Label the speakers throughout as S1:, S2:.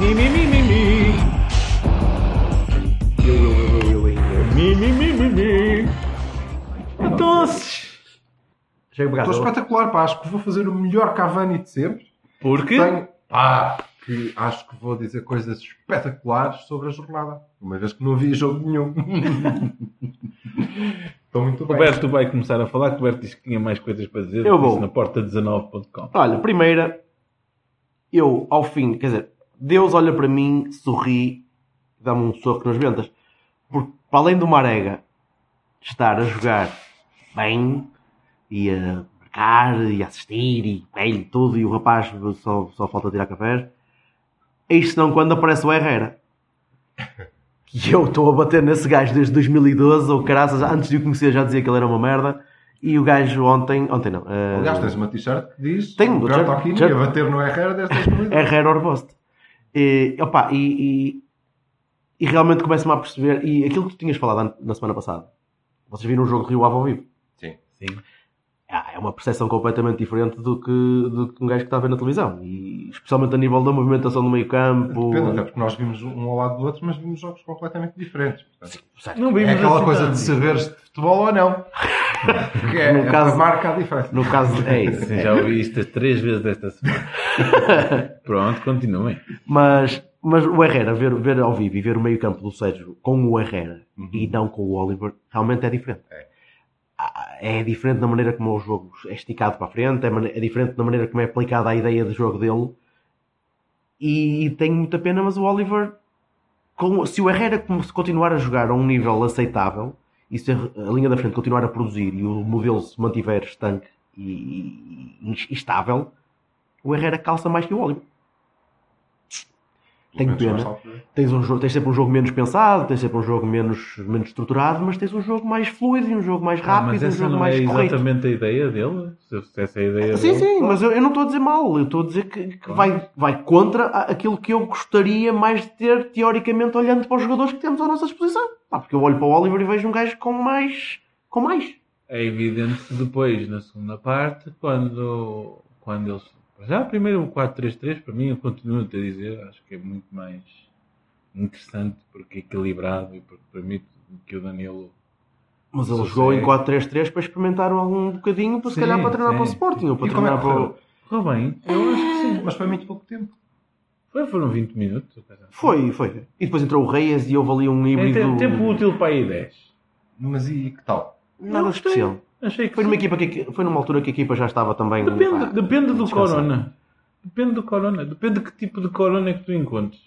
S1: Me, me, me, me, me. Eu, eu, eu, eu, eu, eu. Me, me, me, me, me. Então,
S2: Estou
S1: Chega bocado.
S2: espetacular, pá. Acho que vou fazer o melhor Cavani de sempre.
S1: Porque
S2: Tenho, pá, que acho que vou dizer coisas espetaculares sobre a jornada. Uma vez que não havia jogo nenhum. Estou muito
S3: O
S2: bem.
S3: Berto vai começar a falar, que o Berto disse que tinha mais coisas para dizer.
S1: Eu
S3: disse
S1: vou.
S3: Na porta19.com.
S1: Olha, primeira, eu ao fim, quer dizer, Deus olha para mim, sorri, dá-me um soco nas ventas. Porque para além do Marega estar a jogar bem e a marcar e a assistir e bem tudo, e o rapaz só, só falta tirar cafés, eis senão quando aparece o Herrera. Que eu estou a bater nesse gajo desde 2012, ou caraças, antes de o conhecer já dizia que ele era uma merda. E o gajo ontem, ontem não. eh,
S2: Aliás, tens uma t-shirt que diz
S1: Tenho, um
S2: o Berto
S1: t-shirt,
S2: Aquino
S1: t-shirt.
S2: ia bater no Herrera destas coisas.
S1: é rare or bust. E, opa, e, e- e realmente começo-me a perceber, e aquilo que tu tinhas falado an- na semana passada, vocês viram o jogo de Rio Ave ao vivo.
S2: Sim.
S3: Sim.
S1: Ah, É uma percepção completamente diferente do que, do que um gajo que está a ver na televisão. E especialmente a nível da movimentação do meio campo.
S2: Depende, até porque nós vimos um ao lado do outro, mas vimos jogos completamente diferentes. Portanto,
S3: Não
S2: é
S3: vimos
S2: aquela
S3: assim
S2: coisa
S3: tanto.
S2: de saberes de futebol ou não. Porque é,
S1: No
S2: é-
S1: caso-
S2: marca a diferença.
S1: No caso, é isso.
S3: Sim, já ouvi isto três vezes esta semana. Pronto, continuem.
S1: Mas, mas o Herrera, ver, ver ao vivo e ver o meio campo do Sérgio com o Herrera
S3: Uhum.
S1: e não com o Oliver, realmente é diferente. Ah, É. diferente na maneira como o jogo é esticado para a frente, é, mane- é diferente na maneira como é aplicada a ideia de jogo dele. E, tenho muita pena, mas o Oliver, com- se o Herrera com- se continuar a jogar a um nível aceitável, e se a, a linha da frente continuar a produzir e o modelo se mantiver estanque e, e- e estável, o Herrera calça mais que o Oliver.
S2: Pelo menos
S1: tenho
S2: nessa
S1: pena.
S2: altura.
S1: Tens, um jogo, tens sempre um jogo menos pensado, tens sempre um jogo menos, menos estruturado, mas tens um jogo mais fluido, e um jogo mais
S3: Ah,
S1: rápido,
S3: mas
S1: e um
S3: essa
S1: jogo
S3: não é
S1: mais correto.
S3: exatamente a ideia dele? Se se essa é a ideia
S1: Sim,
S3: dele.
S1: sim, mas eu, eu não estou a dizer mal, eu estou a dizer que, que vai, vai contra a- aquilo que eu gostaria mais de ter, teoricamente, olhando para os jogadores que temos à nossa disposição. Pá, porque eu olho para o Oliver e vejo um gajo com mais. com mais.
S3: É evidente que depois, na segunda parte, quando, quando eles. Já primeiro o 4-3-3, para mim, eu continuo a te dizer, acho que é muito mais interessante porque é equilibrado e porque permite que o Danilo.
S1: Mas ele
S3: Sim,
S1: jogou
S3: sim.
S1: em 4-3-3 para experimentar um bocadinho, para se
S3: Sim,
S1: calhar para treinar
S3: sim.
S1: para o Sporting, ou para
S2: E como é
S1: treinar
S2: que
S1: para.
S2: correu?
S1: o-
S3: Correu bem, eu acho que sim.
S2: Mas foi muito pouco tempo.
S3: Foi- Foram 20 minutos. cara.
S1: Foi, foi. E depois entrou o Reyes e houve ali um
S3: É,
S1: híbrido.
S3: tem- tempo útil para aí 10.
S2: Mas e que tal?
S1: Nada
S3: Não sei.
S1: especial.
S3: Achei que
S1: Foi numa,
S3: sim.
S1: equipa que, foi numa altura que a equipa já estava também.
S3: Depende,
S1: pá,
S3: depende do
S1: descansada.
S3: corona. Depende do corona. Depende que tipo de corona que tu encontres.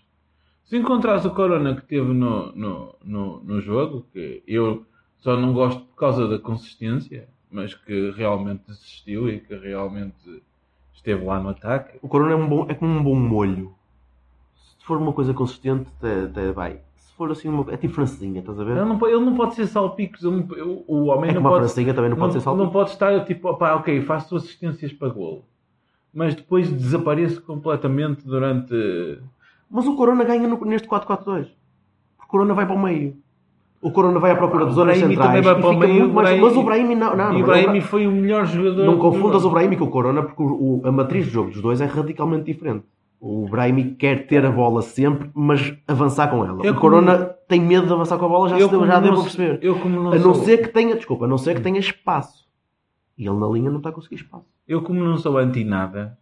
S3: Se encontrares o corona que teve no, no, no, no jogo, que eu só não gosto por causa da consistência, mas que realmente desistiu e que realmente esteve lá no ataque,
S1: O corona é, um bom, é como um bom molho. Se for uma coisa consistente, até, até vai. Se for assim, uma, é tipo francesinha, estás a ver?
S3: ele não, po- ele não pode ser salpicos. ele não- eu- o homem
S1: é
S3: não
S1: como a
S3: pode
S1: francesinha também não, pode ser salto.
S3: não pode estar tipo, opá, ok, faço assistências para golo, mas depois desapareço completamente durante
S1: Mas o corona ganha no- neste 4-4-2. O corona vai para o meio. O corona vai à procura dos zonas
S3: Ah, Brahimi
S1: centrais.
S3: também vai
S1: e
S3: para o
S1: fica
S3: meio,
S1: muito mais-
S3: Brahimi-
S1: Mas o Brahim não. não,
S3: e
S1: não,
S3: o Brahimi foi o melhor jogador.
S1: Não
S3: do
S1: confundas o
S3: jogo.
S1: Brahimi com o Corona, porque o- o- a matriz de jogo dos dois é radicalmente diferente. O Brahimi quer ter a bola sempre, mas avançar com ela.
S3: Eu
S1: o Corona tem medo de avançar com a bola, já, se deu,
S3: como
S1: já deu
S3: não
S1: para
S3: sou-
S1: perceber.
S3: Eu como não,
S1: a não
S3: sou,
S1: ser que tenha, desculpa, a não ser que tenha espaço. E ele na linha não está a conseguir espaço.
S3: eu como não sou anti nada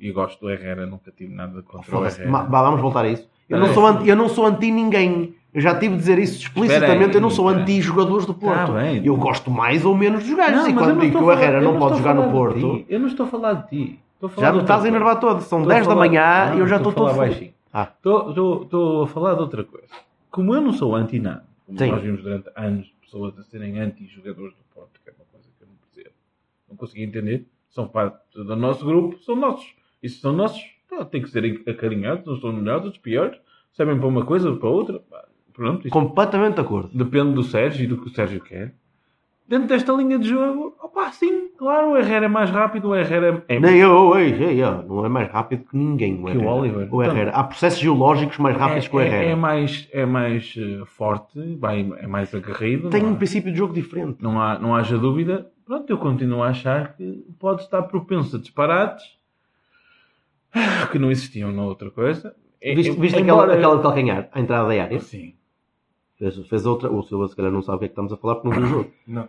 S3: e gosto do Herrera, nunca tive nada contra o
S1: Foda-se.
S3: Herrera.
S1: Ma- vá, vamos voltar a isso. Eu não,
S3: Peraí.
S1: sou anti, eu não sou anti ninguém. Eu já tive de dizer isso explicitamente.
S3: Peraí,
S1: eu não sou
S3: cara.
S1: anti jogadores do Porto.
S3: bem.
S1: eu gosto mais ou menos dos gajos.
S3: mas
S1: e
S3: eu
S1: quando
S3: não
S1: digo
S3: estou
S1: que
S3: a
S1: o
S3: falar- eu
S1: Herrera não pode
S3: estou
S1: jogar
S3: a
S1: no
S3: falar de
S1: Porto,
S3: ti. Eu não estou a falar de ti. Estou a falar
S1: já
S3: de
S1: me estás a
S3: outra coisa.
S1: enervar todo. São
S3: Estou a
S1: 10 da
S3: falar-
S1: manhã
S3: Não,
S1: e eu já estou
S3: a falar
S1: todo fodido.
S3: baixinho.
S1: Ah.
S3: Estou- Estou estou a falar de outra coisa. Como eu não sou anti nada, como
S1: Sim.
S3: nós vimos durante anos pessoas a serem anti-jogadores do Porto, que é uma coisa que eu não percebo, não consegui entender, são parte do nosso grupo, são nossos. E se são nossos, Pá, Tem que ser acarinhados, uns são melhores, outros piores. Sabem para uma coisa, para outra. Pá, Pronto, isso
S1: Completamente de acordo.
S3: depende do Sérgio e do que o Sérgio quer. Dentro desta linha de jogo, opá, sim, claro, o Herrera é mais rápido, o Herrera é
S1: Nem eu, ei, ei, ó, não é mais rápido que ninguém.
S3: Que
S1: O
S3: o
S1: Herrera.
S3: Oliver.
S1: O Herrera. Há processos geológicos mais rápidos
S3: é,
S1: que o
S3: é-
S1: Herrera.
S3: é mais, é mais eh, forte, vai, é mais aguerrido.
S1: Tem
S3: não
S1: um
S3: há-
S1: princípio de jogo diferente.
S3: não, há, não haja dúvida, pronto, eu continuo a achar que pode estar propenso a disparates que não existiam na outra coisa. É-
S1: Viste,
S3: é-
S1: viste
S3: embora-
S1: aquela, aquela de calcanhar, a entrada da área?
S3: Sim.
S1: Fez, fez outra. O Silva, se calhar, não sabe o que é que estamos a falar porque não viu o jogo.
S2: Não.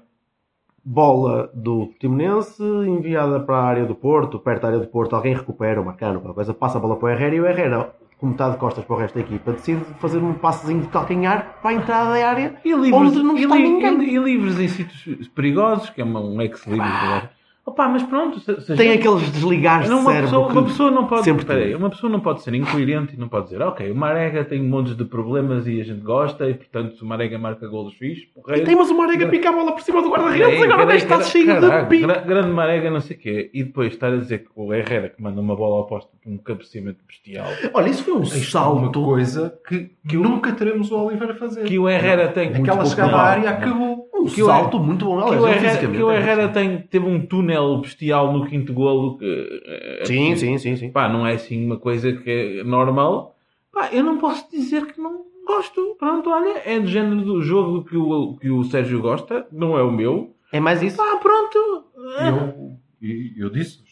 S1: Bola do Portimonense enviada para a área do Porto, perto da área do Porto, alguém recupera uma cana, qualquer coisa, passa a bola para o Herrera e o Herrera, como está de costas para o resto da equipa, decide fazer um passezinho de calcanhar para a entrada da área.
S3: E livres,
S1: Onde não
S3: e
S1: está
S3: li-
S1: ninguém.
S3: e- e livres em sítios perigosos, que é uma- um ex-livre. Opa, mas pronto, se, se a
S1: Tem
S3: gente-
S1: aqueles desligares
S3: Não,
S1: de
S3: uma,
S1: cérebro
S3: pessoa,
S1: que
S3: uma pessoa não pode
S1: sempre
S3: peraí,
S1: tive.
S3: uma pessoa não pode ser incoerente e não pode dizer ok, o Marega tem um monte de problemas e a gente gosta e portanto se o Marega marca golos fixe, porreiro.
S1: Tem, mas o Marega pica a bola por cima do guarda-redes,
S3: Peraí,
S1: agora o
S3: peraí,
S1: gajo está
S3: peraí,
S1: cheio de
S3: caraca,
S1: pica.
S3: gra- Grande marega, não sei o quê. E depois estar a dizer que o Herrera que manda uma bola oposta com um cabeceamento bestial.
S1: Olha, isso foi um
S2: é Uma
S1: salto.
S2: coisa que, que nunca teremos o é Oliver a fazer.
S3: Que o Herrera tem.
S2: Aquela
S3: muito
S2: chegada à
S3: pouco mal.
S2: área acabou.
S1: Um
S3: que o-
S1: salto muito bom.
S3: Que
S1: Aliás,
S3: o
S1: ele
S3: Herrera,
S1: fisicamente
S3: que o
S1: é
S3: Herrera
S1: bastante.
S3: tem, teve um túnel bestial no quinto golo que. eh,
S1: Sim,
S3: que,
S1: sim, sim, sim.
S3: Pá, não é assim uma coisa que é normal. Pá, eu não posso dizer que não gosto. Pronto, olha, é do género do jogo que o, que o Sérgio gosta, não é o meu.
S1: É mais isso.
S3: Pá, pronto. eh,
S2: Eu, e eu disse-vos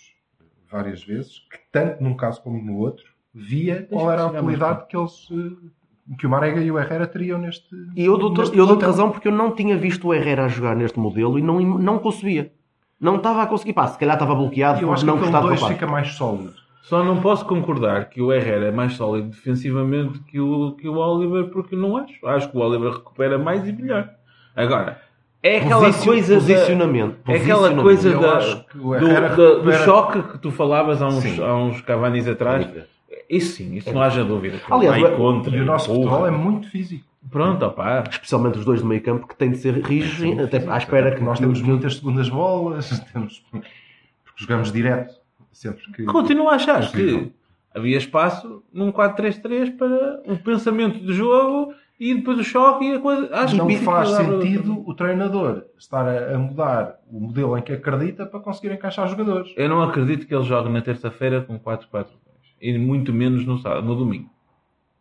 S2: várias vezes que, tanto num caso como no outro, via qual era a
S3: chegar mais
S2: utilidade que eles. eh, que o Marega e o Herrera teriam neste.
S1: E eu dou-te
S2: neste
S1: eu dou-te
S2: plantel.
S1: razão porque eu não tinha visto o Herrera a jogar neste modelo e não, não concebia. Não estava a conseguir. Pá, se calhar estava bloqueado
S2: Eu acho
S1: não
S2: que o
S1: gostava do
S2: 2
S1: passe.
S2: fica mais sólido.
S3: Só não posso concordar que o Herrera é mais sólido defensivamente que o, que o Oliver, porque não acho. Acho que o Oliver recupera mais e melhor. Agora, é aquela
S1: Posicion-
S3: coisa. Da,
S1: posicionamento,
S3: é aquela
S1: Posicionamento.
S3: coisa
S2: Eu
S3: da,
S2: acho que o
S3: do,
S2: Herrera
S3: da- do
S2: recupera-
S3: choque que tu falavas há uns,
S2: Sim.
S3: há uns Cavanis atrás. Isso sim, isso não haja dúvida.
S1: Aliás,
S3: Vai
S1: o-
S3: contra,
S2: E o nosso
S3: empurra.
S2: futebol é muito físico.
S3: Pronto, opá.
S1: Especialmente os dois do meio campo que têm de ser rígidos, até à espera que
S2: Nós temos muitas segundas bolas, temos... porque jogamos direto. Sempre que.
S3: Continuo a achar
S2: Sim.
S3: que havia espaço num 4-3-3 para o pensamento do jogo e depois o choque e a coisa. Acho
S2: não
S3: que isso
S2: faz
S3: que dá para-
S2: sentido o treinador estar a a mudar o modelo em que acredita para conseguir encaixar os jogadores.
S3: Eu não acredito que ele jogue na terça-feira com 4-4-2. E muito menos no sábado, no domingo.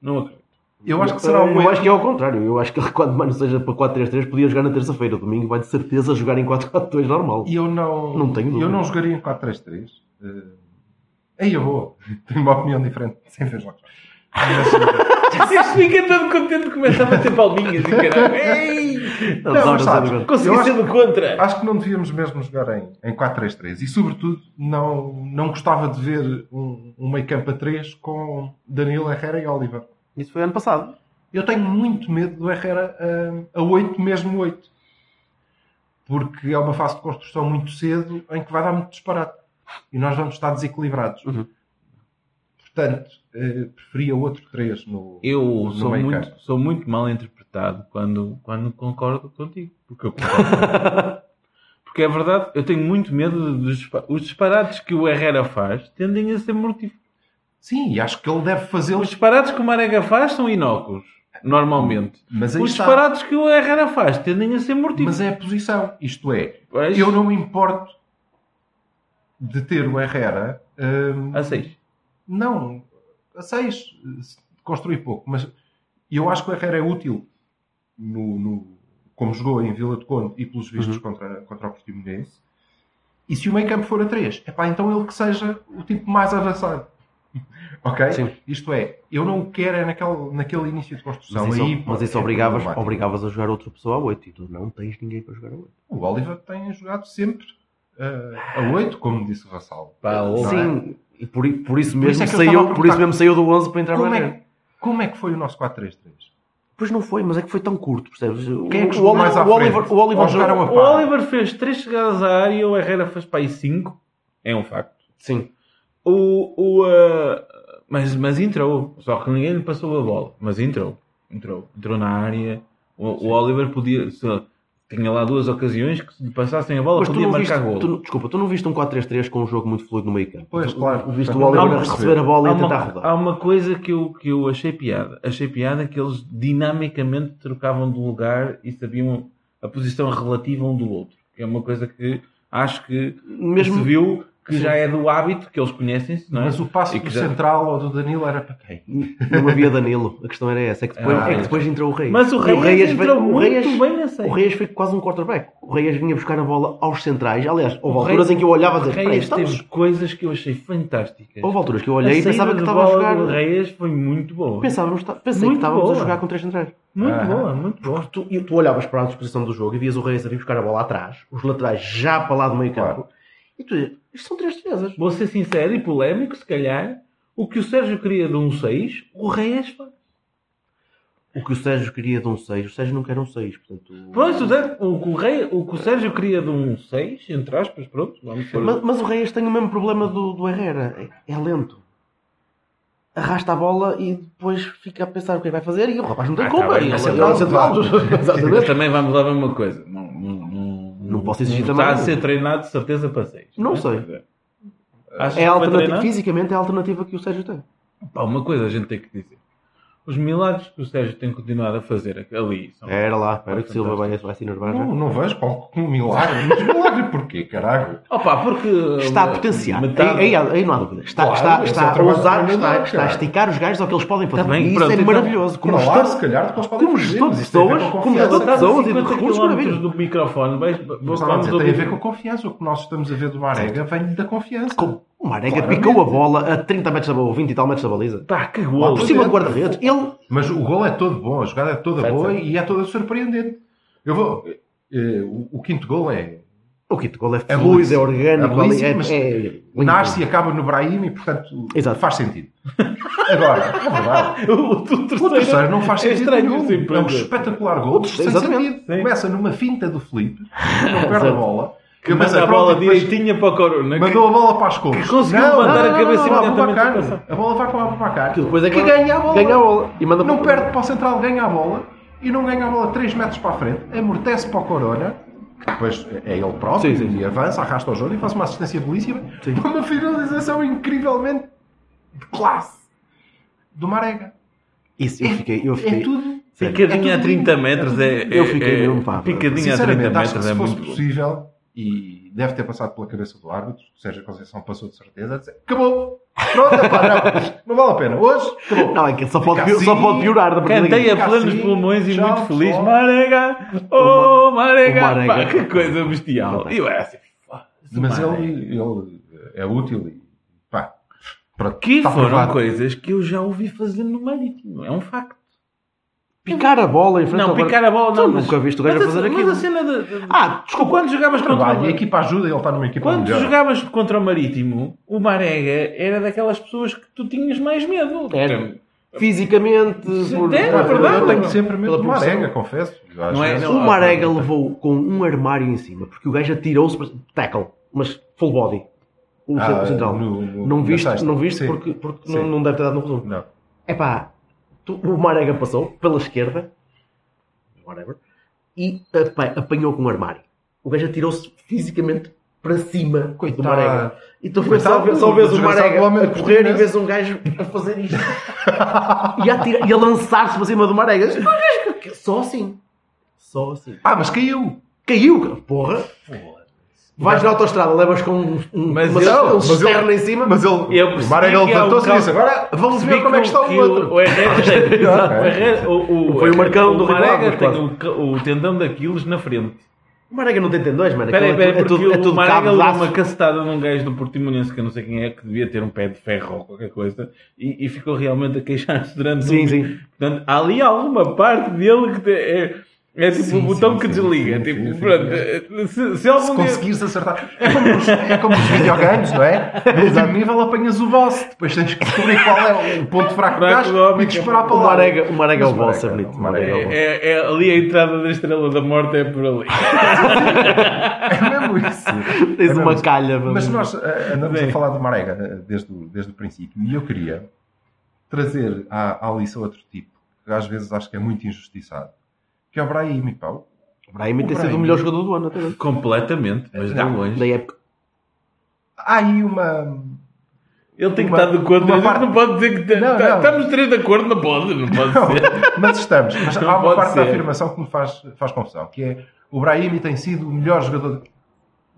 S3: Não acredito.
S2: Eu acho que será um
S1: Eu acho
S2: erro.
S1: que é ao contrário. Eu acho que ele, quando mais não seja para 4-3-3, podia jogar na terça-feira. Domingo vai de certeza jogar em 4-4-2 normal.
S2: E eu não,
S1: Não tenho dúvida.
S2: eu não jogaria em 4-3-3. Eh, Aí eu vou. Tenho uma opinião diferente. Sem ver jogos.
S3: Este fica todo contente que começa a bater palminhas e caralho. Ei!
S2: Não,
S1: Não, não,
S2: mas
S1: não,
S2: sabes,
S1: não.
S2: Eu
S3: Consegui
S2: acho-
S3: ser do contra.
S2: Acho que não devíamos mesmo jogar em, em 4-3-3 e, sobretudo, não, não gostava de ver um, um meio campo a 3 com Danilo Herrera e Oliver.
S1: Isso foi ano passado.
S2: Eu tenho muito medo do Herrera hum, a 8, mesmo 8. Porque é uma fase de construção muito cedo em que vai dar muito disparate. E nós vamos estar desequilibrados.
S1: Uhum.
S2: Portanto, eh, preferia outro 3 no.
S3: Eu
S2: no
S3: sou
S2: meio
S3: muito,
S2: campo.
S3: sou muito mal interpretado quando, quando concordo contigo. Porque eu concordo. Porque é verdade, eu tenho muito medo dos dispa- os disparates que o Herrera faz tendem a ser mortíferos.
S2: Sim, e acho que ele deve
S3: Os
S2: fazê-los.
S3: disparates que o Marega faz são inócuos, normalmente.
S2: Mas aí
S3: Os
S2: está.
S3: disparates que o Herrera faz tendem a ser mortíferos.
S2: Mas é a posição. Isto é,
S3: Mas...
S2: eu não me importo de ter o Herrera. hum,
S3: A 6.
S2: Não, a 6 construí pouco, mas eu acho que o Herrera é útil no, no- como jogou em Vila de Conde e pelos vistos
S1: Uhum.
S2: contra, contra o Portimonense. E se o meio campo for a 3, epá, então ele que seja o tipo mais avançado. Ok?
S1: Sim.
S2: Isto é, eu não o quero é naquele, naquele início de construção.
S1: Mas isso,
S2: Aí,
S1: mas
S2: pô,
S1: isso
S2: é
S1: obrigavas,
S2: problemático.
S1: obrigavas a jogar outra pessoa a 8 e tu não tens ninguém para jogar a 8.
S2: O Oliver tem jogado sempre ah, a 8, como disse o Vassal.
S3: Pá,
S2: Não é?
S1: Sim, e por, i- por isso
S2: Por isso
S1: mesmo
S2: é que eu estava
S1: saiu,
S2: a
S1: por isso
S2: perguntar.
S1: mesmo saiu do 11 para entrar
S2: Como
S1: mais
S2: é, como é que foi o nosso 4-3-3?
S1: Pois não foi, mas é que foi tão curto, percebes? O-
S2: Quem é que
S1: o,
S2: jogou
S1: Oli-
S2: mais à
S1: o Oliver,
S2: frente?
S1: o Oliver
S2: Ou jogaram
S1: jogou-
S2: a
S3: O
S2: par?
S3: Oliver fez 3 chegadas à área e o Herrera fez para aí 5. É um facto.
S1: Sim.
S3: O, o, ah, mas, mas entrou. Só que ninguém lhe passou a bola. Mas entrou. Entrou. Entrou na área. O, o Oliver podia. se- tinha lá duas ocasiões que se lhe passassem a bola
S1: Mas tu
S3: podia
S1: não
S3: marcar
S1: viste,
S3: golo.
S1: tu, não- desculpa, tu não viste um 4-3-3 com um jogo muito fluido no meio campo?
S2: Pois, claro.
S1: Viste o
S2: Não,
S1: Oliver
S3: não
S1: a receber a bola e
S3: há
S1: a tentar
S3: uma,
S1: rodar.
S3: há uma coisa que eu, que eu achei piada. Achei piada que eles dinamicamente trocavam de lugar e sabiam a posição relativa um do outro. Que é uma coisa que acho que
S1: Mesmo-
S3: se viu que já é do hábito que eles conhecem-se, não é?
S2: Mas o passo
S3: E que
S2: do
S3: já-
S2: central ou do Danilo era para quem?
S1: Não havia Danilo. A questão era essa. É que depois,
S3: Ah,
S1: é que depois entrou o é Reis.
S3: Mas o
S1: E
S3: Reyes, entrou
S1: veio-
S3: muito
S1: o Reyes-
S3: bem nessa.
S1: O Reyes foi quase um quarterback. O Reyes vinha buscar a bola aos centrais. Aliás, houve
S3: O
S1: alturas
S3: Reyes-
S1: em que eu olhava e
S3: o
S1: dizia, "Peraí,
S3: Reyes
S1: estamos...
S3: teve coisas que eu achei fantásticas.
S1: Houve alturas que eu olhei
S3: A
S1: e pensava
S3: saída
S1: que
S3: de
S1: estava a
S3: bola do
S1: jogar...
S3: Reyes foi muito boa.
S1: Pensávamos, pensei que
S3: Muito
S1: estávamos
S3: boa.
S1: a jogar com três centrais.
S3: Muito
S2: Ah.
S3: boa, muito boa.
S1: Tu, e tu olhavas para a disposição do jogo e vias o Reyes a vir buscar a bola atrás, os laterais já para lá do meio campo. E tu dizias, isto são três defesas.
S3: Vou ser sincero e polémico, se calhar, o que o Sérgio queria de um 6, o é Reyes faz.
S1: O que o Sérgio queria de um 6, o Sérgio não quer um 6. Portanto,
S3: Pronto, o Zé- o que o, Rey- o que o Sérgio queria de um 6, entre aspas, pronto, vamos pôr.
S1: Mas, mas o Reyes tem o mesmo problema do, do Herrera. É, é lento. Arrasta a bola e depois fica a pensar o que é que vai fazer e o rapaz não tem
S3: Ah,
S1: culpa.
S3: tá bem, Tá é
S1: ele- ele
S3: central,
S1: é central.
S3: Mas
S1: Exatamente.
S3: também vamos lá ver uma coisa. Não, não, não,
S1: Não posso exigir
S3: não Está a
S1: também.
S3: ser treinado de certeza para é? 6.
S1: Não sei.
S3: Acho
S1: É a alternativa,
S3: treinado?
S1: fisicamente é a alternativa que o Sérgio tem.
S3: Pá, uma coisa a gente tem que dizer. Os milagres que o Sérgio tem continuado a fazer ali são
S1: Era lá, espera
S3: Vai
S1: que Silva vai, vai se enervar.
S2: Não, não vejo qual um milagre. Mas milagre porquê, caralho?
S3: Opa, porque eh,
S1: Está a potenciar.
S3: Metade-
S1: Aí, aí- aí não há dúvida. Está,
S2: Claro,
S1: está,
S2: esse
S1: está
S2: é
S3: um
S2: o
S1: a
S2: trabalho
S1: usar,
S2: do
S1: está,
S2: treinador,
S1: está a
S2: cara.
S1: esticar os gajos ao que eles podem fazer.
S3: Tá bem,
S1: e isso
S3: pronto,
S1: é
S3: então,
S1: maravilhoso. Como
S2: Como lá, se
S1: gestor,
S2: calhar, depois podem
S1: como
S2: fazer,
S1: gestor de
S2: mas isso tem a ver
S1: pessoas,
S2: com
S1: como
S2: confiança.
S1: gestor de pessoas.
S3: Estás a
S1: e de
S3: 50
S1: recursos,
S3: quilómetros
S1: maravilha.
S3: do microfone. Vais,
S2: Mas,
S3: vamos
S2: lá, mas tem a ver
S3: ouvir.
S2: com a confiança. O que nós estamos a ver do Marega vem-lhe da confiança.
S1: como o Marega
S2: Claramente.
S1: picou a bola a 30 metros da bola, 20 e tal metros da baliza.
S3: Pá, "Tá, que golo.
S1: Por
S2: pois
S1: cima
S2: é.
S1: do guarda-redes. Ele
S2: Mas o gol é todo bom, a jogada é toda
S3: Certo,
S2: boa
S3: certo.
S2: e é toda surpreendente. Eu vou. eh, o, o quinto gol é.
S1: O kit gol é
S2: É
S1: fluido, é,
S2: belíssimo.
S1: orgânico,
S2: É belíssimo,
S1: ali, é,
S2: mas
S1: é lindo.
S2: Nasce e acaba no Brahim e, portanto,
S1: Exato.
S2: faz sentido. Agora, é verdade.
S3: O terceiro,
S2: O terceiro não faz
S3: é
S2: sentido.
S3: estranho
S2: nenhum.
S3: sim, por
S2: É um
S3: exemplo.
S2: espetacular gol. Sem
S1: Exatamente,
S2: sentido.
S3: sim.
S2: Começa numa finta do Felipe, não perde a
S1: Exato.
S2: bola.
S3: que
S1: é
S2: mas
S3: manda a
S2: pronto,
S3: bola
S2: depois
S3: direitinha para o Corona. que-
S2: Mandou a bola para as cores.
S3: que conseguiu levantar a cabeça
S2: não,
S3: imediatamente
S2: Abubacar.
S3: a passar.
S2: A bola vai para o Abubacar.
S1: Que depois é que
S2: Agora ganha a bola.
S1: Ganha a bola. E manda
S2: Não
S1: para-
S2: perde para o central, ganha a bola e não ganha a bola 3 metros para a frente, amortece para o Corona, que depois é ele próprio
S1: Sim, sim.
S2: e avança, arrasta o jogo e faz uma assistência belíssima
S1: Sim.
S2: para uma finalização incrivelmente de classe do Marega.
S1: Isso, eu fiquei. Eu
S2: É
S1: fiquei
S2: tudo.
S1: sério.
S3: Picadinha
S2: É
S3: a
S2: tudo
S3: 30 metros é.
S1: Eu
S3: é-
S1: fiquei
S3: é-
S1: mesmo, pá.
S3: Picadinha a 30
S2: Sinceramente, acho que
S3: metros é
S2: se fosse
S3: muito bom.
S2: possível, e deve ter passado pela cabeça do árbitro, o Sérgio Conceição passou de certeza, a dizer, acabou, pronto, epá, não, não vale a pena, hoje, acabou.
S1: Não, é que só pode,
S2: Fica
S1: pior- só
S2: assim.
S1: pode piorar da partida.
S3: Cantei a
S2: Fica
S3: plenos
S2: assim,
S3: pulmões e
S2: tchau,
S3: muito feliz.
S2: pessoal.
S3: Marega! Oh, Marega!
S1: o Marega.
S3: Pá, que coisa bestial. E eu era assim. pá,
S2: Mas
S3: Marega.
S2: ele, ele é útil e pá. Pronto,
S3: Que
S1: tá
S2: está
S3: foram
S2: provado.
S3: coisas que eu já ouvi fazer no Marítimo. É um facto.
S1: Picar a bola em frente
S3: Não,
S1: ao guarda-
S3: picar a bola não.
S1: Tu
S3: mas-
S1: nunca viste o gajo
S3: mas assim,
S1: a fazer
S3: Mas
S1: aquilo.
S3: a cena de. de-
S1: Ah,
S3: Desculpa, quando jogavas contra
S2: Trabalho, e a
S3: o
S2: equipa ajuda, ele está numa
S1: é
S2: equipa
S3: quando
S2: melhor.
S3: jogavas contra o Marítimo, o Marega era daquelas pessoas que tu tinhas mais medo.
S1: Era. Fisicamente.
S3: Sim,
S1: por-
S3: é
S2: Ah,
S3: verdade.
S2: eu tenho sempre medo
S1: Pela
S2: do
S1: profissão.
S2: Marega, confesso. Às
S3: Não é,
S2: vezes-
S3: não.
S1: O Marega levou com um armário em cima, porque o gajo atirou-se. para- Tackle, mas full body. O
S3: um
S2: Ah,
S1: centro central.
S2: no- no-
S1: Não
S2: na
S1: viste,
S2: sexta.
S1: não viste
S2: Sim.
S1: porque, porque não,
S2: Sim.
S1: não deve ter dado no resumo.
S2: Não.
S1: É pá, tu- o Marega passou pela esquerda, whatever, e apa- apanhou com o armário. O gajo atirou-se fisicamente para cima do
S2: Coitado.
S1: Marega. E tu vês só,
S2: Coitado,
S1: só vês o
S2: desgraçado
S1: Marega
S2: homem
S1: a
S2: do
S1: correr e
S2: Portimonense.
S1: vês um gajo a fazer isto. e, a atirar- e a lançar-se para cima do Marega. Mas, mas, que- Só assim. Só assim.
S2: Ah, mas caiu.
S1: Caiu, cara. porra. Vais na autostrada, levas com um, um,
S3: Mas
S1: uma-
S3: eu-
S1: um
S2: mas eu-
S1: cisterna em cima.
S2: Mas ele,
S3: Eu
S2: é o Marega
S3: percebi que há um
S2: levantou-se e
S3: cal-
S2: disse: Agora vamos
S3: Percebi
S2: ver como é que está o
S3: que
S2: outro.
S3: O Herrera, o Herrera- é, o, o,
S1: Foi o Marcão do Rio Ave,
S3: Marega
S1: mas
S3: tem
S1: quase.
S3: o, ca- o tendão de Aquiles na frente.
S1: O Marega não tem tendões, mano.
S3: Espera aí,
S1: Aquilo
S3: espera aí,
S1: é, tu-
S3: porque
S1: é tudo, é tudo
S3: o Marega
S1: cabo de
S3: levou
S1: aço.
S3: uma cacetada num gajo do Portimonense, que eu não sei quem é, que devia ter um pé de ferro ou qualquer coisa, e, e ficou realmente a queixar-se durante
S1: Sim,
S3: um-
S1: sim.
S3: Portanto, há ali alguma parte dele que te- é, é tipo o botão que desliga.
S2: sim,
S3: tipo,
S2: sim,
S3: pronto, se, se algum
S2: Se
S3: dia-
S2: conseguires acertar. É como os, é como os videogames, não é? No último nível apanhas o boss, depois tens que descobrir qual é o ponto
S3: Fraco
S2: fraco do
S3: do
S2: gajo
S3: homem.
S2: e disparar para
S1: O
S2: lá.
S1: Marega, o Marega é o
S2: Mas o
S1: boss, é
S2: Marega,
S1: bonito.
S2: o Marega é o boss.
S3: É, é ali a entrada da Estrela da Morte, é por ali.
S2: É mesmo isso.
S1: Tens
S2: É mesmo
S1: uma
S2: isso.
S1: calha,
S2: Mas
S1: mano.
S2: nós eh, andamos
S3: Bem.
S2: a falar do Marega eh, desde o, desde o princípio e eu queria trazer à, à lição outro tipo, que às vezes acho que é muito injustiçado, que é o Brahim. Pá. O
S1: Brahim
S2: O
S1: tem sido o
S2: Brahim-
S1: melhor jogador do ano até agora.
S3: Completamente, mas de
S2: Não,
S3: longe.
S1: Da época.
S2: Há aí uma.
S3: Ele tem que
S2: Uma-
S3: estar de acordo,
S2: uma
S3: mas
S2: parte-
S3: não pode dizer que
S2: Não,
S3: tá-
S2: não.
S3: estamos três de acordo, não pode, não pode ser.
S2: Mas estamos. Mas
S3: Não
S2: há uma
S3: pode
S2: parte da
S3: ser.
S2: afirmação que me faz, faz confusão, que é o Brahimi tem sido o melhor jogador.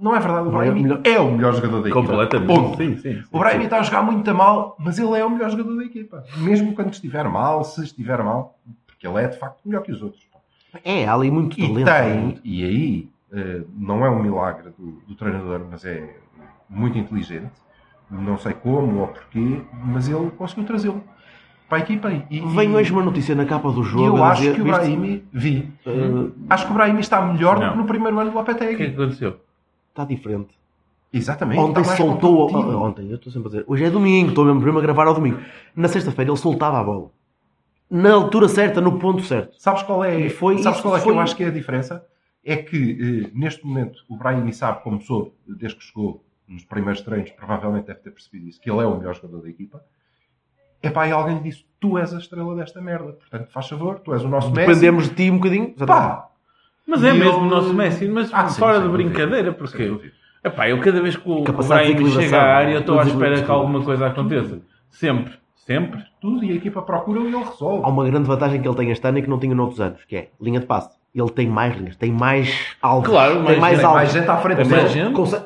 S2: Não é verdade, o
S1: Não é o
S2: Brahimi
S1: melhor-
S2: é o melhor jogador da equipa.
S3: Completamente.
S2: Ponto.
S3: Sim, sim, sim.
S2: O Brahimi está a jogar muito a mal, mas ele é o melhor jogador da equipa. Mesmo quando estiver mal, se estiver mal, porque ele é de facto melhor que os outros.
S1: É, há ali muito
S2: E tem,
S1: talento.
S2: e aí eh, não é um milagre do, do treinador, mas é muito inteligente. Não sei como ou porquê, mas ele conseguiu trazê-lo para a equipa. E,
S1: Vem hoje uma notícia na capa do
S2: e
S1: jogo.
S2: eu
S1: a
S2: acho
S1: dizer,
S2: que o
S1: viste?
S2: Brahimi vi.
S1: Eh,
S2: Acho que o Brahimi está melhor do
S3: Não.
S2: que no primeiro ano do
S3: O que é
S2: Lopetegui.
S3: que aconteceu?
S1: Está diferente.
S2: Exatamente.
S1: Ontem
S2: está mais
S1: soltou. Ah,
S2: competitivo.
S1: Ontem, eu estou sempre a dizer. Hoje é domingo, estou mesmo mesmo a gravar ao domingo. Na sexta-feira ele soltava a bola. Na altura certa, no ponto certo.
S2: Sabes qual é,
S1: E foi-
S2: sabes
S1: isso
S2: qual é que
S1: foi-
S2: eu acho que é a diferença? É que eh, neste momento o Brahim sabe como soube, desde que chegou nos primeiros treinos, provavelmente deve ter percebido isso, que ele é o melhor jogador da equipa. É pá, e alguém lhe disse: Tu és a estrela desta merda, portanto faz favor, tu és o nosso Messi.
S1: Dependemos de ti um bocadinho.
S2: Pá,
S3: Mas é
S2: E
S3: mesmo
S2: ele-
S3: o nosso Messi, mas
S2: Ah, sim,
S3: fora
S2: sem
S3: de
S2: dúvida.
S3: brincadeira,
S2: Sem
S3: porque
S2: dúvida.
S3: epá, eu cada vez que o, o
S1: Capacidade de
S3: Brahim chega
S1: equilibração, é?
S3: à área, eu estou à
S1: tudo,
S3: espera
S1: tudo.
S3: que alguma coisa aconteça. Sempre, sempre.
S2: tudo e a equipa procura e ele resolve.
S1: Há uma grande vantagem que ele tem este ano e que não tinha noutros anos, que é linha de passe. Ele tem mais linhas, tem mais alvos.
S3: Claro,
S1: tem
S3: mais
S1: mais
S3: gente,
S2: Tem
S1: alvos.
S2: mais gente tá à frente
S3: É
S2: dele.
S3: mais gente.
S1: Consegue-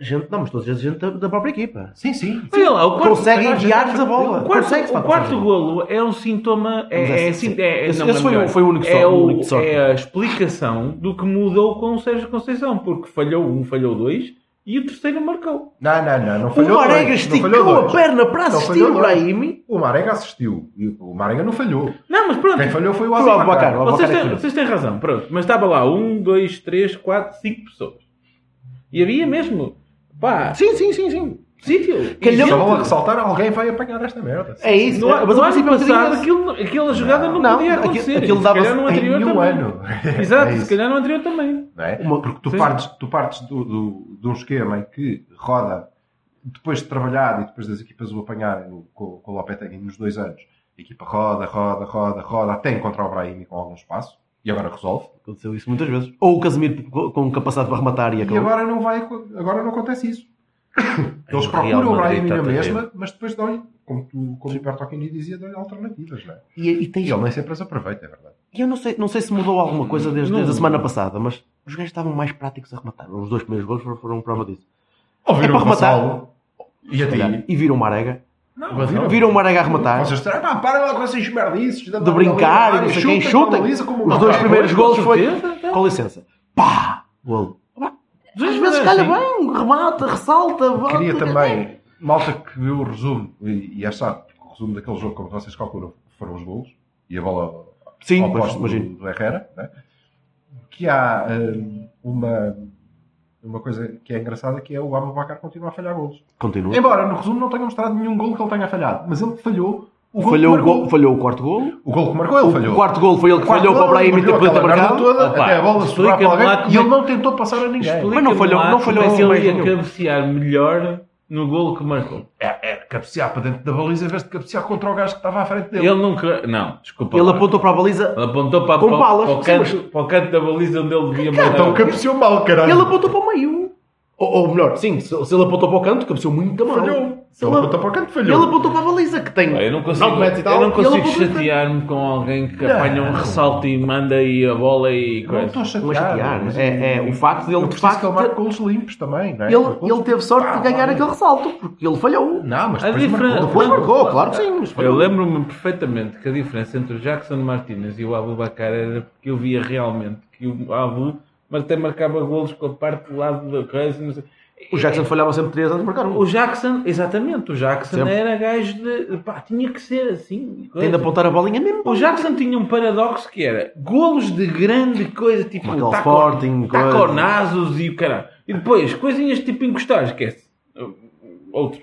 S1: gente, não, mas estou a dizer gente da, da própria equipa.
S2: Sim, sim.
S3: Olha lá, o quarto,
S1: Consegue
S2: mais gente
S1: enviar-lhes a bola.
S3: o quarto,
S1: Consegue, de
S3: o
S1: facto,
S3: quarto
S1: fazer.
S3: golo é um sintoma.
S1: Vamos a
S3: É, é,
S1: esse-
S3: sim- é, é-
S1: esse-
S3: não,
S1: esse
S3: é
S1: foi o-
S3: melhor.
S1: foi o único
S3: é,
S1: só- o único só.
S3: é a explicação do que mudou com o Sérgio Conceição, porque falhou um, falhou dois e o terceiro marcou.
S2: Não, não, não. não
S1: O
S2: falhou
S1: Marega
S2: dois, não falhou
S1: esticou a
S2: dois.
S1: perna para
S2: Não
S1: assistir
S2: falhou
S1: o
S2: dois.
S1: Brahimi.
S2: O Marega assistiu. e O Marega não falhou.
S3: Não, mas pronto.
S2: Quem falhou foi o
S1: Foi o
S2: Abubacar.
S1: Abubacar.
S3: Vocês
S1: é
S3: têm,
S1: filho.
S3: vocês têm razão, pronto. Mas estava lá um, dois, três, quatro, cinco pessoas. E havia mesmo, pá,
S1: Sim, sim, sim, sim.
S3: sítio.
S1: Calhou.
S3: E
S2: Só vão
S3: gente,
S2: ressaltar, alguém vai apanhar esta merda.
S1: É isso.
S3: No,
S1: mas
S3: no
S1: ao
S3: ano
S1: princípio é um bocadinho
S3: passado,
S1: esse.
S3: aquilo- aquela jogada não,
S1: Não,
S3: podia
S1: aquilo-
S3: acontecer.
S1: aquilo
S3: E
S1: dava-se
S3: se calhar no
S2: Em
S3: anterior
S2: um
S3: também.
S2: ano.
S3: Exato,
S2: É isso,
S3: se calhar no anterior também.
S2: não é?
S1: Uma-
S2: Porque tu
S3: Sim.
S2: partes, tu partes do, do- de um esquema em que roda, depois de trabalhado e depois das equipas o apanharem no- com, com o Lopetegui nos dois anos, a equipa roda, roda, roda, roda, até encontrar o Brahimi com algum espaço, e agora resolve.
S1: Aconteceu isso muitas vezes. Ou o Casemiro com- com capacidade para rematar e
S2: E
S1: acabou.
S2: agora não, vai, agora não acontece isso. Eles
S3: Real
S2: procuram o
S3: Madrid
S2: Brahimi na
S3: está
S2: mesma, mas depois dão-lhe, como, tu, como o Gilberto Aquini dizia, dão-lhe alternativas. Não é?
S1: E, e
S2: E
S1: tens-
S2: ele nem sempre as aproveita, é verdade.
S1: e eu não sei, não sei se mudou alguma coisa desde,
S3: Não.
S1: desde a semana passada, mas os gajos estavam mais práticos a rematar. Os dois primeiros gols foram- foram prova disso.
S2: Ouviram
S1: É
S2: o
S1: para rematar.
S2: Gonçalo e a
S1: Se calhar.
S2: ti.
S1: E viram o Marega.
S2: Não,
S3: Gonçalo.
S2: ouviram.
S1: Viram o Marega a rematar.
S2: Vocês disseram, "Ah, pá, parem lá com essas merdices de,
S1: de brincar e não sei quem. Chutem. Os dois primeiros
S3: com
S1: golos foi.
S3: certeza.
S1: Com licença. Pá! Golo. Às
S3: Sim,
S1: vezes
S3: sim.
S1: calha bem, remata, ressalta, volta.
S2: Queria também, malta que viu o resumo e, e achar que o resumo daquele jogo, como vocês calculam, foram os golos e a bola
S1: Sim,
S2: ao
S1: pois,
S2: um posto
S1: imagino.
S2: do, do Herrera, né? que há hum, uma, uma coisa que é engraçada que é o Abubacar continua a falhar golos.
S1: Continua.
S2: Embora no resumo não tenha mostrado nenhum golo que ele tenha falhado, mas ele falhou o gol
S1: Falhou
S2: que
S1: o,
S2: marcou.
S1: um gol, falhou o quarto golo.
S2: O gol que marcou, ele falhou.
S1: O quarto golo foi ele que
S2: Quarto
S1: falhou para o
S2: gol,
S1: Brahim
S2: ele
S1: ter
S2: marcou
S1: poder
S2: aquela merda
S1: marcado.
S2: toda,
S3: Opa,
S2: até a bola sobrar para
S3: explica-me
S2: alguém
S3: lá como
S2: e
S3: é
S2: ele não tentou passar a ninguém.
S1: Mas não falhou- não falhou
S3: Mas
S1: em
S3: é ele
S1: bem
S3: ia
S1: nenhum.
S3: cabecear melhor no golo que marcou.
S2: É, é cabecear para dentro da baliza em vez de cabecear contra o gajo que estava à frente dele.
S3: Ele nunca. Não, desculpa.
S1: Ele
S3: lá.
S1: apontou para a baliza.
S3: Ele apontou para,
S1: Com
S3: para,
S1: balas,
S3: para o
S1: sim,
S3: canto, para o canto da baliza onde ele devia mandar.
S2: Então cabeceou mal, caralho.
S1: Ele apontou para o meio. Ah. Ou, ou melhor, sim, se, se ele apontou para o canto, cabeceou muito mal.
S2: Falhou.
S1: Se
S2: Ele
S1: Ele,
S2: apontou para o canto,
S1: ele
S2: falhou.
S1: apontou para a baliza, que tem.
S3: Pá, Eu não consigo,
S1: Não, mete e tal.
S3: eu não
S1: Ele
S3: consigo
S1: apontou para-
S3: chatear-me com alguém que
S2: Não.
S3: apanha um ressalto e manda aí a bola e
S2: Não
S3: coisa.
S2: estou a chatear.
S1: Não é chatear,
S2: mas
S1: é- é o facto de ele,
S2: eu
S1: de
S2: preciso
S1: facto,
S2: que ele marque
S1: ter-
S2: golos limpos também, não é?
S1: Ele, ele teve sorte de ganhar
S2: Pá,
S1: aquele ressalto, porque ele falhou.
S2: Não, mas
S3: A
S2: depois
S3: diferença-
S2: marcou.
S1: Depois
S3: Não,
S1: marcou,
S3: não.
S1: claro que sim. mas
S3: Eu
S1: falhou.
S3: lembro-me perfeitamente que a diferença entre o Jackson Martinez e o Abubacar era porque eu via realmente que o Abu mas até marcava golos com a parte do lado da coisa. Não sei.
S1: O Jackson falhava sempre três anos de marcar um.
S3: O Jackson, exatamente, o Jackson
S1: Sempre.
S3: era gajo de. pá, tinha que ser assim. coisa.
S1: Tem de apontar a bolinha mesmo.
S3: O Jackson tinha um paradoxo que era golos de grande coisa, tipo
S1: Marcar o
S3: taco-
S1: Sporting, coisa.
S3: taconazos e o caralho. E depois coisinhas tipo encostar, esquece. Outro.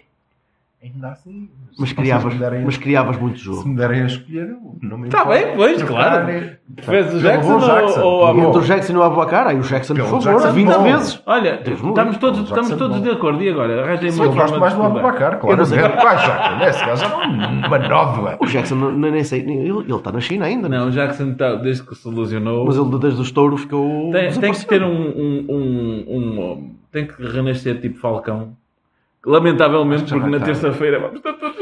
S2: ainda assim. se
S1: Mas
S2: vocês
S1: criavas,
S2: me derem-
S1: mas criavas muito jogo.
S2: Se me derem a escolher, eu não me
S3: Tá
S2: importo.
S3: bem, pois,
S2: Eu
S3: claro.
S2: darei-
S3: Fez o
S2: Pelo
S3: Jackson,
S2: bom Jackson.
S3: ou, ou a
S2: Pelo
S3: mão?
S1: Entre o Jackson e o Abubacar, aí o um Jackson, por
S2: Pelo
S1: favor,
S2: Jackson,
S1: 20
S2: bom.
S1: vezes.
S3: Olha,
S1: Deus me
S3: estamos todos,
S2: Jackson
S3: estamos todos
S2: bom.
S3: de acordo. E agora? Arranjem
S2: Sim, eu gosto mais do Abubacar, claro.
S1: Eu não sei.
S2: Pá, Jackson, esse gajo é um era uma nódoa.
S1: O Jackson, não- nem, nem sei, nem- ele ele está na China ainda. né?
S3: Não, o Jackson, tá, desde que se ilusionou,
S1: Mas ele desde o estouro
S3: tem,
S1: ficou.
S3: tem que
S1: desaparecido.
S3: ter um, um, um- um- um- Tem que renascer tipo Falcão. Lamentavelmente,
S2: já
S3: porque
S2: vai
S3: na
S2: tarde.
S3: terça-feira vamos estar todos.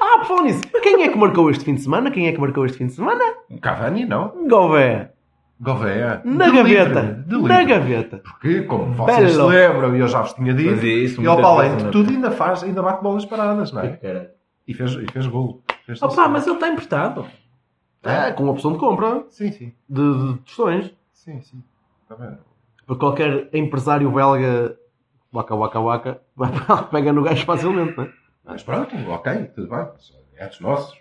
S1: Ah, por falar nisso, quem é que marcou este fim de semana? Quem é que marcou este fim de semana?
S2: Cavani, não.
S1: Gové.
S2: Gouveia.
S1: Na
S2: De
S1: gaveta.
S2: livre, de
S1: na
S2: livre.
S1: gaveta.
S2: Porque, como vocês se
S1: Belo.
S2: lembram, e eu já vos tinha dito,
S3: Fazia é isso
S2: ele
S3: muitas
S2: para além
S3: vezes,
S2: de
S3: não é?
S2: tudo ainda faz, ainda bate bolas paradas, não é? E fez, e fez golo. Fez
S3: Opa,
S2: assim.
S3: mas ele está emprestado.
S1: Ah, com opção de compra
S2: Sim, sim.
S1: de, de tostões.
S2: Sim, sim. Tá bem.
S1: Para qualquer empresário belga, waka waka waka, vai para lá, pega no gajo facilmente, não é?
S2: Ah, Mas pronto, ok, tudo bem. mas É dos nossos.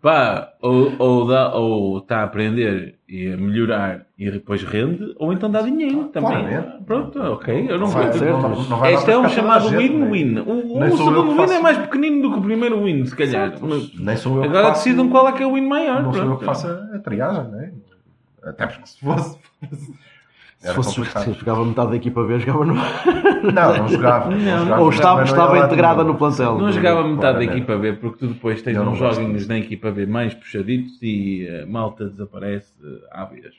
S3: Pá, ou, ou, dá, ou está a aprender e a melhorar e depois rende, ou então dá dinheiro também.
S2: Claramente.
S3: Pronto, ok, eu não
S2: Não vai-
S3: vou.
S1: certo.
S2: não- não vai dar
S3: Este
S2: para
S3: é um
S2: ficar toda a
S3: chamado
S2: gente, né?
S3: win-win. O, o
S2: Nem sou eu que
S3: segundo win é
S2: faço.
S3: mais pequenino do que o primeiro win, se calhar. Então, Mas
S2: Nem sou eu que
S3: agora
S2: faço-
S3: decidam qual é que é o win maior.
S2: Não sou eu
S3: pronto.
S2: que faço a a triagem, não é? Até porque se fosse.
S1: Se fosse se jogava metade da equipa B, jogava no.
S2: Não, não jogava.
S3: Não,
S2: jogava,
S1: Ou
S2: mas
S1: estava,
S2: não é
S1: estava
S2: ia lá
S1: integrada
S2: nenhum.
S1: no plantel.
S3: Não jogava metade da
S2: claramente.
S3: equipa B, porque tu depois tens
S2: é Eu não
S3: uns
S2: gosto
S3: joguinhos na equipa B mais puxaditos e eh, malta desaparece eh, à vez.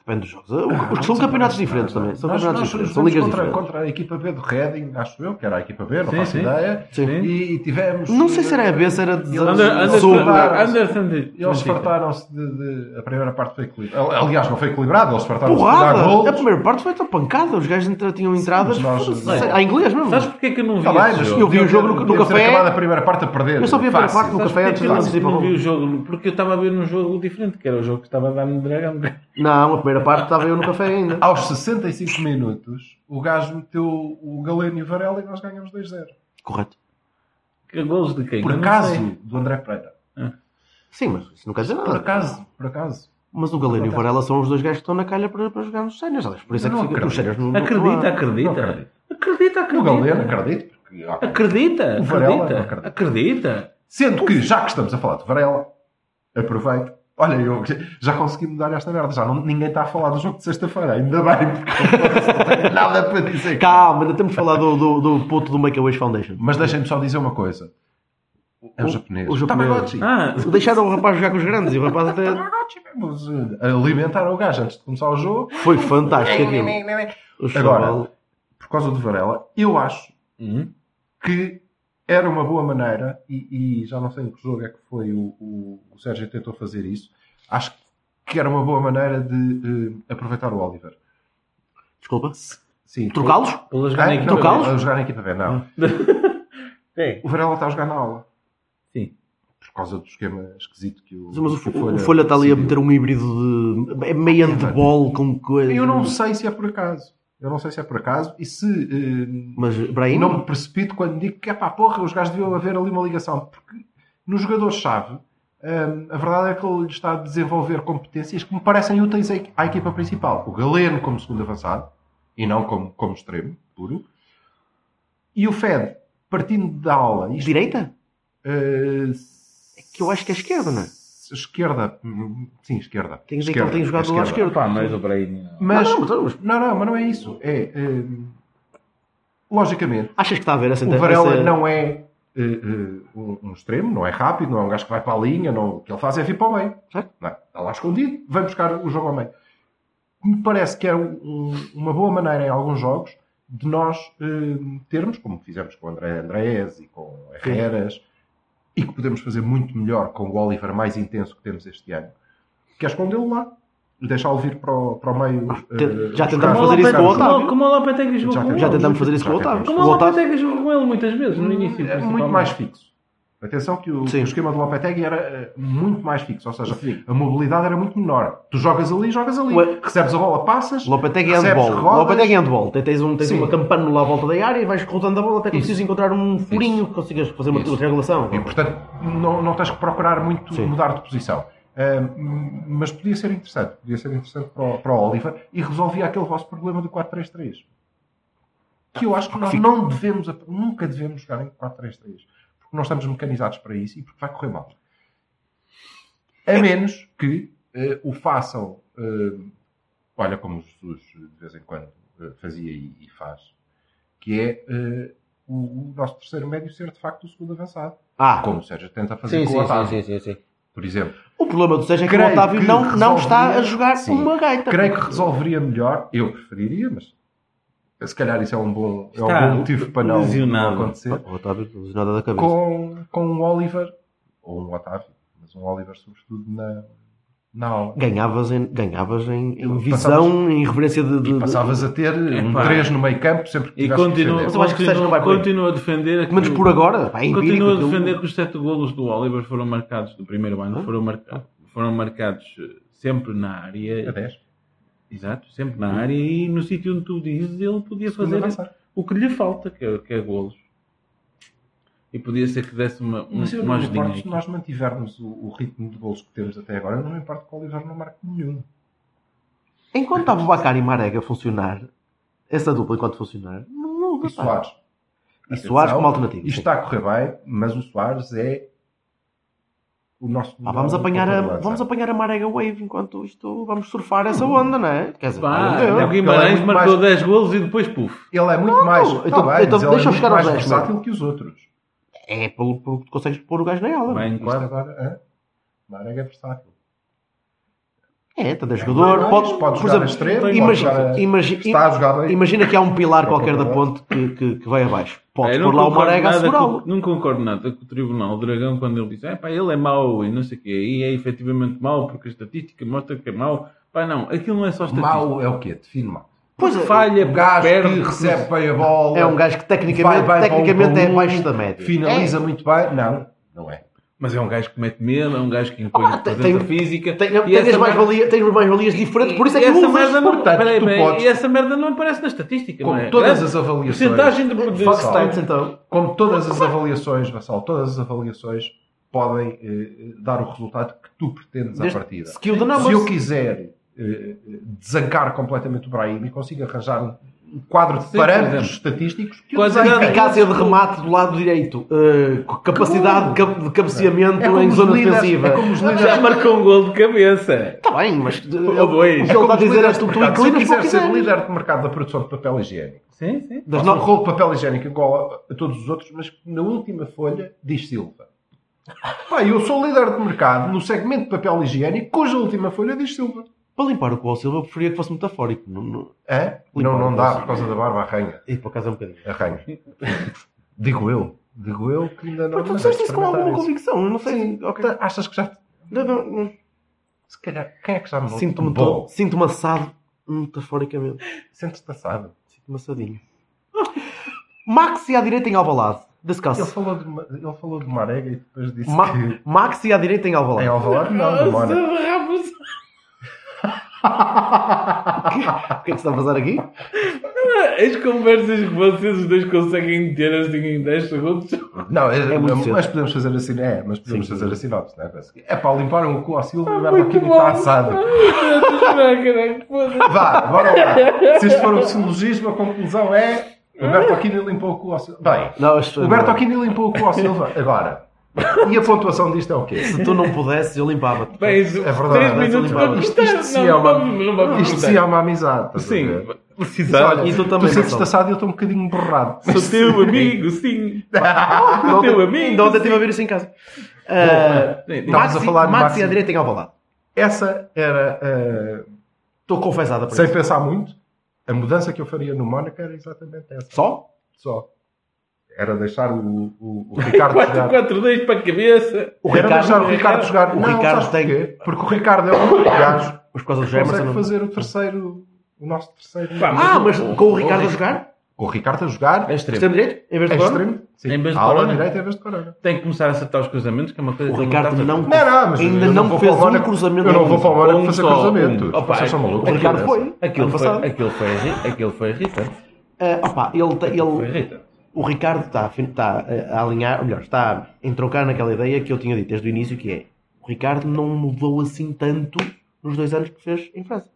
S1: Depende dos jogos. O-
S2: Ah,
S1: são
S2: não
S1: campeonatos
S2: sei,
S1: diferentes
S2: não,
S1: também. São
S2: nós-
S1: campeonatos
S2: nós
S1: diferentes. São
S2: jogamos
S1: ligas
S2: contra,
S1: diferentes.
S2: contra a equipa B do Reading, acho eu, que era a equipa B, não
S3: Sim,
S2: faço
S3: sim.
S2: ideia.
S1: Sim.
S2: E, tivemos.
S1: Não sei se era a B, se era de
S3: Under,
S2: Eles
S3: under,
S1: sobre.
S2: fartaram-se.
S3: Anderson de-
S2: Eles fartaram-se de, de- A primeira parte foi equilibrada. Aliás, não foi equilibrada, eles fartaram-se de dar
S1: Porrada! É A
S2: golos.
S1: primeira parte foi tão pancada. Os gajos entra- tinham entradas.
S2: mas nós-
S1: foda-se,
S2: Olha,
S1: À inglês mesmo.
S3: Sabes porque é que eu não vi
S2: Tá bem,
S3: esse
S2: mas
S3: jogo?
S1: eu vi o jogo no- no
S2: devíamos ter
S1: café.
S2: acabado a primeira parte a perder.
S1: Eu só vi a primeira
S2: Fácil.
S1: parte no
S3: Sabes
S1: café
S3: porque é
S1: antes
S3: que
S1: de
S3: eu
S1: antes de ir para
S3: não,
S1: o
S3: não vi
S1: gol.
S3: o jogo? Porque eu estava a ver um jogo diferente, que era o jogo que estava a dar no Dragão.
S1: Não, a primeira parte estava eu no café ainda.
S2: Aos 65 minutos, o gajo meteu o Galeno e o Varela e nós ganhamos 2-0.
S1: Correto.
S3: Que gols de quem?
S2: Por
S3: Eu não sei. Ah.
S2: acaso, do André Pereira.
S1: Sim, mas isso não quer dizer
S2: Por
S1: nada.
S2: acaso, por acaso.
S1: Mas o Galeno e o
S2: Por acaso.
S1: Varela são os dois gajos que estão na calha para, para jogar nos séniores. aliás, Por isso
S2: Eu
S1: é que
S2: não
S1: fica, os
S2: acredito.
S1: séniores não não-
S3: Acredita,
S1: não há.
S2: Não
S3: acredita.
S2: acredito.
S3: Acredita,
S2: O Galeno,
S3: acredita.
S2: acredito. Porque, ok.
S3: Acredita,
S2: O Varela,
S3: acredita.
S2: não acredito.
S3: Acredita.
S2: Sendo que, já que estamos a falar de Varela, aproveito. Olha, eu já consegui mudar esta merda. Já não, ninguém está a falar do jogo de sexta-feira. Ainda bem, porque não tenho nada para dizer.
S1: Calma, ainda temos de falar do, do, do puto do Make-A-Wish Foundation.
S2: Mas deixem-me só dizer uma coisa. É o,
S1: O-
S2: japonês.
S1: o japonês.
S2: Tamagotchi.
S3: Ah,
S1: Deixaram o rapaz jogar com os grandes e o rapaz até.
S2: Tamagotchi. Vamos eh, alimentar o gajo antes de começar o jogo.
S1: Foi fantástico aquilo. O
S2: Agora.
S1: chaval-
S2: Por causa do Varela, eu acho
S3: hum,
S2: que era uma boa maneira, e, e já não sei em que jogo é que foi o, o, o Sérgio tentou fazer isso, acho que era uma boa maneira de eh, aproveitar o Oliver.
S1: Desculpa.
S2: Sim.
S1: Trocá-los?
S3: pelas
S2: Ah,
S3: ganhas
S2: não,
S3: que-
S1: Trocá-los?
S2: a jogar na equipa B, não.
S3: Sim.
S2: O Varela está a jogar na aula.
S3: Sim.
S2: Por causa do esquema esquisito que o,
S1: Mas o,
S2: que
S1: Fo- o Folha está ali a
S2: decidiu.
S1: meter um híbrido de. É meio handball com coisa.
S2: Eu não sei se é por acaso. Eu não sei se é por acaso. E se... eh,
S1: Mas,
S2: E
S1: Brahim,
S2: não me precipito quando digo que é pá, porra, os gajos deviam haver ali uma ligação. Porque no jogador-chave, hum, a verdade é que ele está a desenvolver competências que me parecem úteis à equi- à equipa principal. O Galeno como segundo avançado, e não como, como extremo, puro. E o Fed, partindo da aula. Isto,
S1: direita?
S2: eh,
S1: que eu acho que é esquerda, não é?
S2: Esquerda. hum, Sim, esquerda.
S1: Tem que dizer que
S2: Esquerda,
S1: ele tem jogado do lado
S2: esquerda.
S1: esquerdo.
S3: Pá, mas oh, o Brahim.
S2: Mas,
S1: Ah, não, mas- mas-
S2: não, não, mas não é isso. É, hum, logicamente,
S1: Achas que está a ver essa
S2: o Varela
S1: essa-
S2: não é eh, eh, um, um extremo, não é rápido, não é um gajo que vai para a linha, não, o que ele faz é vir para o meio.
S1: Certo.
S2: Não, está lá escondido, vem buscar o jogo ao meio. Me parece que é um- um- uma boa maneira em alguns jogos de nós eh, termos, como fizemos com o André Andrés e com o Herreras, e que podemos fazer muito melhor com o Oliver mais intenso que temos este ano, que é escondê-lo lá. e Deixá-lo vir para o, para o meio. eh,
S1: Ah, já
S2: buscar-
S1: tentámos
S3: Como
S1: fazer isso com o
S3: Lopetegui-
S1: Otávio.
S3: como- Como o Lopetegui jogou
S2: Já
S3: com
S1: Já
S2: tentamos.
S3: ele.
S1: tentámos fazer isso com o
S2: Já
S1: Otávio.
S2: tentamos.
S3: Como
S1: O
S3: o
S1: Otávio.
S3: Lopetegui jogou com ele muitas vezes, no início.
S2: é muito
S3: principalmente.
S2: mais fixo. Atenção que o,
S1: Sim.
S2: o esquema do Lopetegui era eh, muito mais fixo, ou seja, a mobilidade era muito menor. Tu jogas ali, jogas ali.
S1: Ué.
S2: Recebes a bola, passas.
S1: Lopetegui é
S2: recebes
S1: handball.
S2: rodas.
S1: Lopetegui é handball. Tens- Tens, um, tens
S2: Sim.
S1: uma campânula à volta da área e vais rodando a bola até que
S2: Isso.
S1: preciso encontrar um furinho que consigas fazer uma
S2: Isso.
S1: regulação.
S2: E, portanto, não, não tens que procurar muito
S1: Sim.
S2: mudar de posição. Eh, mas podia ser interessante. Podia ser interessante para o, para o Oliver e resolvia aquele vosso problema do 4-3-3. que eu acho que nós não devemos, ap- nunca devemos jogar em 4-3-3, porque nós estamos mecanizados para isso e porque vai correr mal. A menos que eh, o façam, eh, olha como o Jesus de vez em quando eh, fazia e, e faz, que é eh, o, o nosso terceiro médio ser de facto o segundo avançado,
S1: Ah,
S2: como o Sérgio tenta fazer
S4: Sim,
S2: com o
S4: sim,
S2: Otávio,
S4: sim, sim, sim, sim.
S2: por exemplo.
S1: o problema do Sérgio é que o
S2: Creio
S1: Otávio
S2: que
S1: não, não
S2: resolveria-
S1: está a jogar
S2: Sim.
S1: como uma gaita.
S2: Creio que resolveria melhor, eu preferiria, mas se calhar isso é um bom, é um
S4: Está
S2: bom motivo para não,
S4: lesionado.
S2: não acontecer.
S1: O Otávio lesionado da cabeça.
S2: com, com um Oliver, ou um Otávio, mas um Oliver sobretudo na, na aula.
S1: Ganhavas em, ganhavas em, em
S2: Passavas-
S1: visão, em referência de... de-
S2: E passavas a ter um
S3: Epá.
S2: 3 no meio campo sempre que
S3: E
S2: tivesse que
S3: continua,
S2: defender.
S1: Mas eu acho que o Sérgio
S3: continua,
S1: não vai por aí.
S3: continua a defender.
S1: de- menos por agora, pá, é empírico,
S3: Continua a
S1: aquilo-
S3: defender que os sete golos do Oliver foram marcados, do primeiro ano,
S1: Ah.
S3: foram, marca- foram marcados eh, sempre na
S2: A
S3: área.
S2: 10.
S3: Exato, sempre na área e no sítio onde tu dizes ele podia
S2: Segundo
S3: fazer
S2: avançado.
S3: o que lhe falta, que é, que é golos. E podia ser que desse uma, um,
S2: Mas eu
S3: uma
S2: não me
S3: ajudinha
S2: importo se
S3: aqui.
S2: nós mantivermos o, o ritmo de gols que temos até agora. Eu não me importo que o Oliver não marque nenhum.
S1: Enquanto estava o Bacari e Marega a funcionar, essa dupla enquanto funcionar, não
S2: E
S1: houve, pá.
S2: Soares.
S1: E Soares como alternativa.
S2: Isto
S1: sim.
S2: está a correr bem, mas o Soares é o nosso.
S1: Pá, Ah, vamos, apanhar a,
S2: contra-lança.
S1: vamos apanhar a Marega Wave enquanto isto. Vamos surfar essa onda, não é? Quer dizer,
S3: Pá,
S1: meu Deus.
S3: o Guimarães
S2: muito
S3: marcou
S2: mais-
S3: 10 golos e depois puf.
S2: Ele é muito mais.
S1: não,
S2: está
S1: então-
S2: bem,
S1: então
S2: mas ele
S1: deixa eu
S2: é muito
S1: chegar aos
S2: mais
S1: dez, não é?
S2: versátil que os outros.
S1: é pelo, pelo que tu consegues pôr o gajo na ela.
S3: Vai em
S2: Isto
S3: quadro.
S2: agora, hã? Marega é versátil.
S1: É, tanto é jogador.
S2: Mas pode
S1: pode, por
S2: jogar a
S1: exemplo,
S2: extremo, pode jogar
S1: imagina,
S2: a-
S1: imagina,
S2: Está a jogar bem.
S1: imagina que há um pilar
S2: Joga
S1: qualquer da
S2: para
S1: ponte que, que, que vai abaixo. Podes
S3: É, Eu não
S1: pôr lá o
S3: concordo
S1: Marega a
S3: nada
S1: segurá-lo.
S3: com- Não concordo nada com o Tribunal do Dragão quando ele diz, "Ah, pá, ele é mau e não sei o quê, e é efetivamente mau porque a estatística mostra que é mau. Pá, não, aquilo não é só estatística.
S2: Mau é o quê? Define mal.
S1: Pois é,
S3: falha,
S2: O gajo
S3: perde,
S2: que recebe bem a bola.
S1: é um gajo que
S2: vai
S1: tecnicamente,
S2: bem para um
S1: tecnicamente é
S2: para um,
S1: abaixo da média.
S2: Finaliza muito bem. Não, não é.
S3: Mas é um gajo que mete medo, é um gajo que impõe
S1: Ah, tem-
S3: presença
S1: tem-
S3: física.
S1: Tem,
S3: e
S1: tem,
S3: essa
S1: as mais
S3: merda-
S1: valia, tem as mais valias diferentes, por isso é que
S3: e essa
S1: usas.
S3: merda não,
S2: portanto,
S3: peraí,
S2: tu
S3: peraí,
S2: podes-
S3: e essa merda não aparece na estatística, não
S2: Como
S3: é?
S2: todas
S3: Grande
S2: as avaliações.
S3: Porcentagem de, de,
S2: Fox
S3: de-
S2: Times,
S1: então.
S2: Como todas as avaliações, Vassal, todas as avaliações podem eh, dar o resultado que tu pretendes à
S1: Desde-
S2: partida.
S1: Skill the numbers.
S2: Se eu quiser eh, desancar completamente o Brahim e consigo arranjar um quadro de
S3: Sim, por
S2: parâmetros
S3: exemplo.
S2: estatísticos que
S1: é,
S3: Quantas-
S2: eu desenho.
S1: Eficácia de remate do lado direito, eh, capacidade de cap- de cabeceamento
S2: É como
S1: em
S2: os
S1: zona
S2: líderes-
S1: defensiva.
S2: é como os líderes-
S3: Já marcou um gol de cabeça.
S1: Está bem, mas eh,
S3: Ou
S1: o
S3: dois. É
S1: que ele está a dizer é que tu tu
S2: Portanto, se eu
S1: inclinas para
S2: quiser
S1: o que
S2: ser
S1: quiseres.
S2: líder de mercado da produção de papel higiênico,
S3: Sim, sim.
S1: Das
S2: faço um
S1: no-
S2: rolo de papel higiênico igual a, a todos os outros, mas na última folha diz Silva. Pá, eu sou líder de mercado no segmento de papel higiênico, cuja última folha diz Silva.
S1: Para limpar o Coal Silva, eu preferia que fosse metafórico. Não, não...
S2: Hã? É? Não, não dá por causa da barba, arranha.
S1: E por acaso é um bocadinho.
S2: Arranha. Digo eu. Digo eu que ainda não.
S1: Porque tu
S2: mas é
S1: disseste isso com alguma
S2: experimentar isso.
S1: convicção, eu não sei. ok.
S2: Tá, Achas que já.
S1: Não, não, não.
S2: Se calhar, quem é que já me
S1: Ah, Sinto-me todo-
S2: Bom,
S1: sinto-me assado metaforicamente.
S2: Sentes-te assado.
S1: Sinto-me assadinho. Ah, Maxi à direita em Alvalade. Descanso.
S2: Ele falou de, ma- ele falou de Marega e depois disse
S1: Ma
S2: que. É,
S1: Maxi à direita em
S2: Em
S1: Alvalade.
S2: Alvalade não, de Mónaco.
S3: Ramos.
S1: O que é que se está a fazer aqui?
S3: As conversas que vocês os dois conseguem ter assim em 10 segundos.
S2: Não, é,
S1: É muito
S2: mas,
S1: cedo.
S2: podemos fazer assim, é, mas podemos
S1: Sim. Ah,
S2: fazer a sinopse, não é? Parece que É para limpar o cu ao Silva e o Berto Aquino está assado. Ah, Vá, bora lá. Se isto for um silogismo, a conclusão é o Berto Aquino limpou o cu ao Silva. Bem,
S1: Não, é. isto-
S2: o Berto Aquino limpou o cu ao Silva agora. E a pontuação disto é o quê?
S1: Se tu não pudesses, eu limpava-te.
S3: Bem,
S2: É
S3: 3
S2: verdade.
S3: minutos
S1: é
S3: para
S1: verdade.
S2: Isto,
S3: cortar.
S2: isto sim
S3: Não,
S2: é
S3: não
S2: uma,
S3: vamos- não vamos
S2: isto
S3: cortar.
S2: sim é uma amizade. estás a ver?
S3: Sim,
S2: Mas olha,
S3: precisava.
S1: Então, E tu também,
S2: sentes-te
S1: Gonçalo.
S2: assado e eu estou um bocadinho borrado.
S3: Sou teu amigo, sim. Sou
S2: Ah,
S1: Ainda
S3: teu
S1: ontem-
S3: amigo.
S1: ainda ontem estive a ver isso em casa. Ah,
S3: sim.
S2: Não. Estavas a
S1: Maxi-
S2: falar de
S1: Maxi
S2: Maxi.
S1: à direita em Alvalade.
S2: Essa era eh,
S1: Estou confessada para
S2: Sem
S1: isso.
S2: pensar muito, a mudança que eu faria no Mónaco era exatamente essa.
S1: Só?
S2: Só. Era deixar o, o- o Ricardo jogar.
S3: 4-4-2 para a cabeça.
S1: O
S2: Era deixar o Ricardo
S3: Ricardo-
S2: jogar.
S1: o
S2: não,
S1: Ricardo
S2: sabes
S1: tem-
S2: porquê? Porque o Ricardo é um gajo
S1: Mas por causa do
S2: que consegue
S1: Jefferson. não-
S2: fazer o terceiro, o nosso terceiro.
S3: Pá,
S1: Ah, mas
S3: o-
S1: com o Ricardo a jogar?
S2: Com o Ricardo a jogar,
S3: É
S2: é
S1: Extremo
S3: extremo.
S1: direito? Em vez de Corona?
S2: extremo. Sim.
S3: Em vez de
S2: a ala
S3: Corona.
S2: direita é vez de Corona.
S3: Tem que começar a acertar os cruzamentos, que é uma coisa
S1: O
S3: que ele está
S1: Ricardo
S3: a
S1: não.
S3: fazer.
S2: Não, não, mas
S1: Ainda
S2: eu
S1: não
S2: vou
S1: fez
S2: para o
S1: um
S2: Mónaco-
S1: cruzamento.
S2: Eu não vou para o Mónaco
S3: Um
S2: fazer
S3: só,
S2: cruzamentos.
S3: um. Opa,
S2: Vocês são malucos.
S1: O Ricardo
S2: Cabeça.
S1: foi.
S3: Aquilo
S1: ano
S3: foi,
S1: passado.
S3: aquilo foi, irri- aquilo foi irritante.
S1: Ah, opa, ele, tem-
S3: Foi
S1: ele,
S3: irritante.
S1: o Ricardo está, a fin- está eh, a alinhar, ou melhor, está a entroncar naquela ideia que eu tinha dito desde o início, que é o Ricardo não mudou assim tanto nos dois anos que fez em França.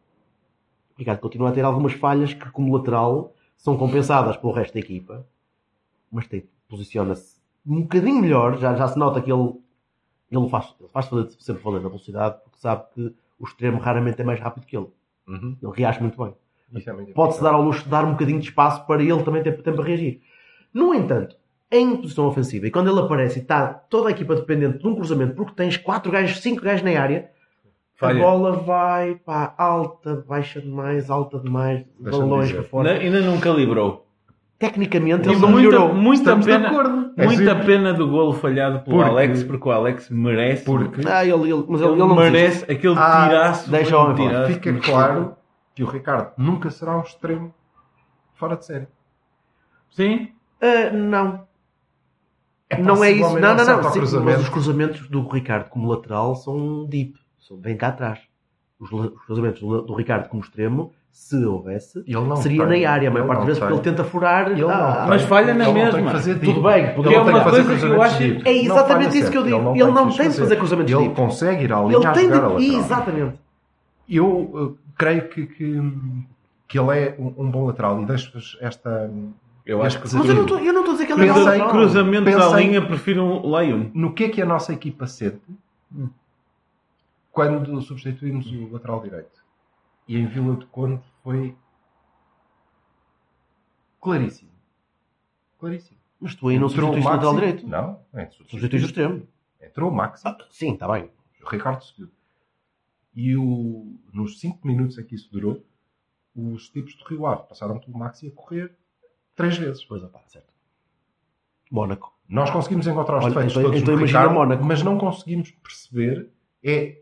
S1: O Ricardo continua a ter algumas falhas que, como lateral, são compensadas pelo resto da equipa, mas tem- posiciona-se um bocadinho melhor. Já, já se nota que ele, ele faz, ele faz valer- sempre valer na velocidade, porque sabe que o extremo raramente é mais rápido que ele.
S2: Uhum.
S1: Ele reage muito bem
S2: Isso é muito
S1: pode-se
S2: importante.
S1: dar ao luxo de dar um bocadinho de espaço para ele também ter tempo a reagir. No entanto, em posição ofensiva, e quando ele aparece e está toda a equipa dependente de um cruzamento, porque tens 4 gajos, 5 gajos na área,
S2: Falha.
S1: a bola vai pá, alta, baixa demais, alta demais,
S2: Deixa-me
S1: balões
S2: dizer.
S1: para fora.
S3: Ainda não calibrou.
S1: Tecnicamente,
S3: E
S1: ele não é-
S3: muita,
S1: melhorou.
S3: muita
S2: Estamos de
S3: pena,
S2: acordo. É
S3: muita
S2: sim.
S3: pena do golo falhado pelo
S2: Porque-
S3: Alex, porque o Alex merece. um-
S2: Porque
S1: Ah, ele, ele- mas ele,
S3: ele,
S1: ele não merece.
S3: merece aquele
S2: Ah,
S3: tiraço.
S1: deixa
S3: foi
S1: o
S3: um
S1: homem falar.
S3: tiraço
S2: fica
S3: muito
S2: claro que o Ricardo nunca será um extremo fora de série.
S3: Sim,
S1: Ah, não,
S2: É
S1: não é
S2: possível,
S1: isso.
S2: mas
S1: Não, não,
S2: acerta
S1: não.
S2: ao
S1: Sim,
S2: cruzamento.
S1: mas os cruzamentos do Ricardo como lateral são deep, são bem cá atrás. Os, la- os cruzamentos do, do Ricardo como extremo, se houvesse,
S2: Ele não
S1: seria
S2: tem.
S1: na área, a maior
S2: Ele
S1: parte
S2: não
S1: das vezes, porque ele
S2: tem.
S1: tenta furar.
S2: Ele não
S1: ah,
S2: tem.
S3: Mas falha na
S2: Ele não tem
S3: mesma.
S2: que fazer
S1: Tudo
S2: deep.
S1: bem,
S2: Ele
S1: porque é
S2: não tem
S1: uma
S2: que fazer
S3: coisa que eu
S2: cruzamentos
S3: acho-
S2: deep.
S1: é
S2: Não
S1: exatamente
S2: falha
S1: isso que eu
S2: sempre.
S1: digo. Ele não
S2: os
S1: tem de fazer cruzamentos
S2: Ele
S1: deep.
S2: consegue ir à linha
S1: ele
S2: a
S1: tem
S2: jogar a
S1: de.
S2: lateral.
S1: Exatamente.
S2: Eu uh, creio que, que, que ele é um, um bom lateral e deixo-vos esta.
S3: eu acho que
S2: Mas
S1: Mas eu não estou- eu não estou a dizer que ele é
S2: Cruza-
S1: mau, não.
S3: cruzamentos à
S2: Pensei-
S3: linha, prefiro um Lion.
S2: No que é que a nossa equipa sente quando substituímos o lateral direito? E em Vila do Conde foi claríssimo. Claríssimo.
S1: Mas tu aí é, não
S2: Entrou o
S1: substituíste o lateral
S2: Maxi-
S1: direito.
S2: Não, não é
S1: Substituíste o
S2: substituíste.
S1: extremo.
S2: Entrou o Maxi.
S1: Ah, Sim, está bem.
S2: O Ricardo subiu. E o, nos 5 minutos em que isso durou, os tipos do Rio Ave passaram pelo Maxi a correr três vezes.
S1: Pois, opá, certo. Mónaco.
S2: Nós conseguimos encontrar os
S1: Olha,
S2: defeitos
S1: então-
S2: todos
S1: então
S2: do
S1: imagina
S2: Ricardo,
S1: Mónaco.
S2: mas não conseguimos perceber é,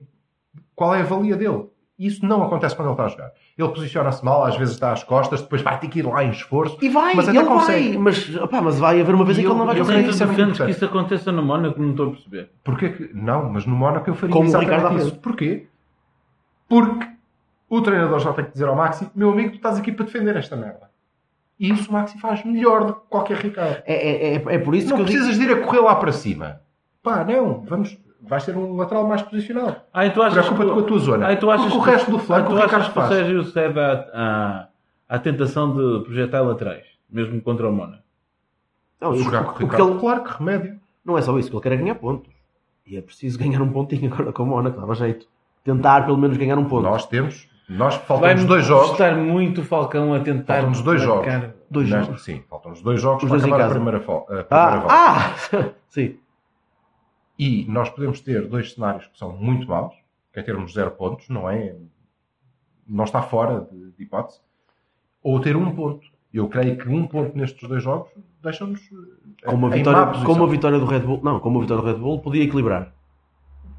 S2: qual é a valia dele. Isso não acontece quando ele está a jogar. Ele posiciona-se mal, às vezes dá às costas, depois vai ter que ir lá em esforço.
S1: E vai,
S2: Mas até
S1: ele
S2: consegue.
S1: vai. Mas, opá, mas vai haver uma vez
S2: E
S1: em que
S2: eu-
S1: ele não vai
S2: eu
S3: Eu
S2: sei
S1: conseguir.
S2: que
S3: tenho
S2: isso é muito
S3: defendes que
S2: importante.
S3: isso aconteça no Mónaco, não estou a perceber.
S2: Porquê que... Não, mas no Mónaco eu faria
S1: Como o Ricardo à
S2: exatamente
S1: frente.
S2: isso. Porquê? Porque o treinador já tem que dizer ao Maxi, meu amigo, tu estás aqui para defender esta merda. E isso o Maxi faz melhor do que qualquer Ricardo.
S1: É, é, é, é por isso
S2: não
S1: que eu digo.
S2: precisas de ir a correr lá para cima. Pá, não, vamos... Vais ter um lateral mais posicionado.
S3: Ah, então achas
S2: Preocupa-te
S3: que-
S2: com a tua zona.
S3: Ah, então achas
S2: Porque o
S3: que-
S2: resto do flanco,
S3: tu
S2: o que é que
S3: achas
S2: acho
S3: que o
S2: que faz?
S3: Sérgio cede à, à, à tentação de projetar laterais, mesmo contra o Mónaco.
S1: Não,
S2: Se
S1: eu-
S2: jogar com o
S1: porque
S2: Ricardo,
S1: ele-
S2: claro que remédio.
S1: Não é só isso, que ele quer é ganhar pontos. E é preciso ganhar um pontinho agora com o Mónaco, dava jeito. Tentar pelo menos ganhar um ponto.
S2: Nós temos, nós faltam-nos
S3: Vai-me
S2: dois jogos.
S3: custar muito o Falcão a tentar.
S2: Faltam-nos dois
S3: marcar-
S1: Dois
S2: Não,
S1: jogos.
S2: Sim, faltam-nos dois jogos
S1: Os
S2: para
S1: dois em
S2: acabar a
S1: casa.
S2: primeira, fo- a primeira volta.
S1: Ah, ah! Sim.
S2: E nós podemos ter dois cenários que são muito maus, que é termos zero pontos, não é? Não está fora de, de hipótese. Ou ter um ponto. Eu creio que um ponto nestes dois jogos deixa-nos eh,
S1: Com uma,
S2: em má
S1: vitória,
S2: posição.
S1: com uma vitória do Red Bull. Não, com uma vitória do Red Bull podia equilibrar.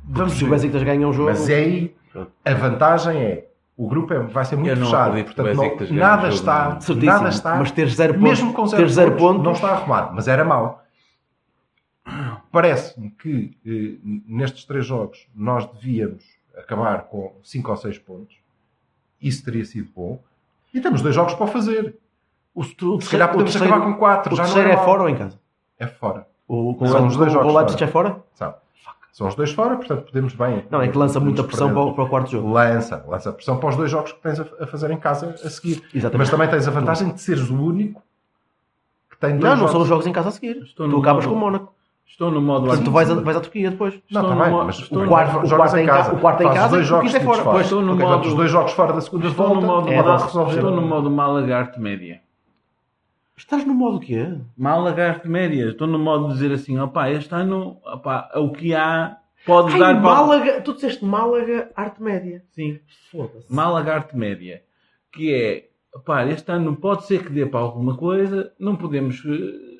S2: Vamos
S1: Se o
S2: ver.
S1: Besiktas ganha um jogo.
S2: Mas é aí,
S1: Pronto.
S2: a vantagem é, o grupo é- vai ser
S3: Eu
S2: muito
S3: não
S2: fechado,
S3: acredito que o
S2: portanto não-
S3: Besiktas ganhe
S2: nada,
S3: um jogo,
S2: está,
S3: não.
S1: Certíssimo.
S2: nada está,
S1: Mas ter zero pontos.
S2: mesmo com zero,
S1: ter zero
S2: pontos,
S1: pontos.
S2: não está arrumado, mas era mau. Parece-me que eh, nestes três jogos nós devíamos acabar com cinco ou seis pontos, isso teria sido bom, e temos dois jogos para fazer.
S1: O, o,
S2: Se calhar
S1: terceiro-
S2: podemos
S1: o terceiro,
S2: acabar com quatro,
S1: o
S2: já não
S1: terceiro
S2: é
S1: é
S2: mau.
S1: fora ou em casa?
S2: É fora.
S1: O, com,
S2: São
S1: o-
S2: os dois
S1: com o
S2: jogos
S1: Leipzig é fora?
S2: Sabe? São os dois fora, portanto podemos bem.
S1: Não, é que lança muita
S2: podemos
S1: pressão para
S2: perder.
S1: o, para o quarto jogo.
S2: Lança, lança pressão para os dois jogos que tens a a fazer em casa a seguir.
S1: Exatamente.
S2: Mas também tens a vantagem de seres o único que tem dois
S1: Não, não
S2: jogos.
S1: são os jogos em casa a seguir.
S3: Estou
S1: tu
S3: no
S1: acabas
S3: modo-
S1: com o Mónaco.
S3: Estou no modo
S1: Portanto, tu
S3: Arthur.
S1: vais, a- vais à Turquia depois.
S2: Não,
S3: Estou
S2: tá
S3: no
S2: bem,
S3: mo-
S2: mas
S3: estou
S2: o
S3: no
S2: quarto,
S1: modo-
S2: jogas
S1: o quarto
S2: em
S1: em
S2: casa.
S1: ca- o quarto em
S2: Fazes
S1: casa
S2: dois
S1: e o
S2: jogos
S1: quinto é
S2: tu
S1: fora.
S2: desfazes.
S1: Pois,
S3: estou no
S2: Ok,
S3: modo-
S2: vamos, os dois jogos fora da segunda
S3: Estou
S2: volta.
S3: no modo,
S1: é,
S2: vão
S1: dá-
S2: resolver.
S3: estou no modo Malagarte Média.
S1: Estás no modo que é?
S3: Malagarte Média. Estou no modo de dizer assim: opá, este ano opá, é o que há pode
S1: Ai,
S3: dar para.
S1: Málaga, tu disseste Málaga, arte média.
S3: Sim.
S1: Foda-se.
S3: Malagarte Média, que é, pá, este ano pode ser que dê para alguma coisa, não podemos. eh,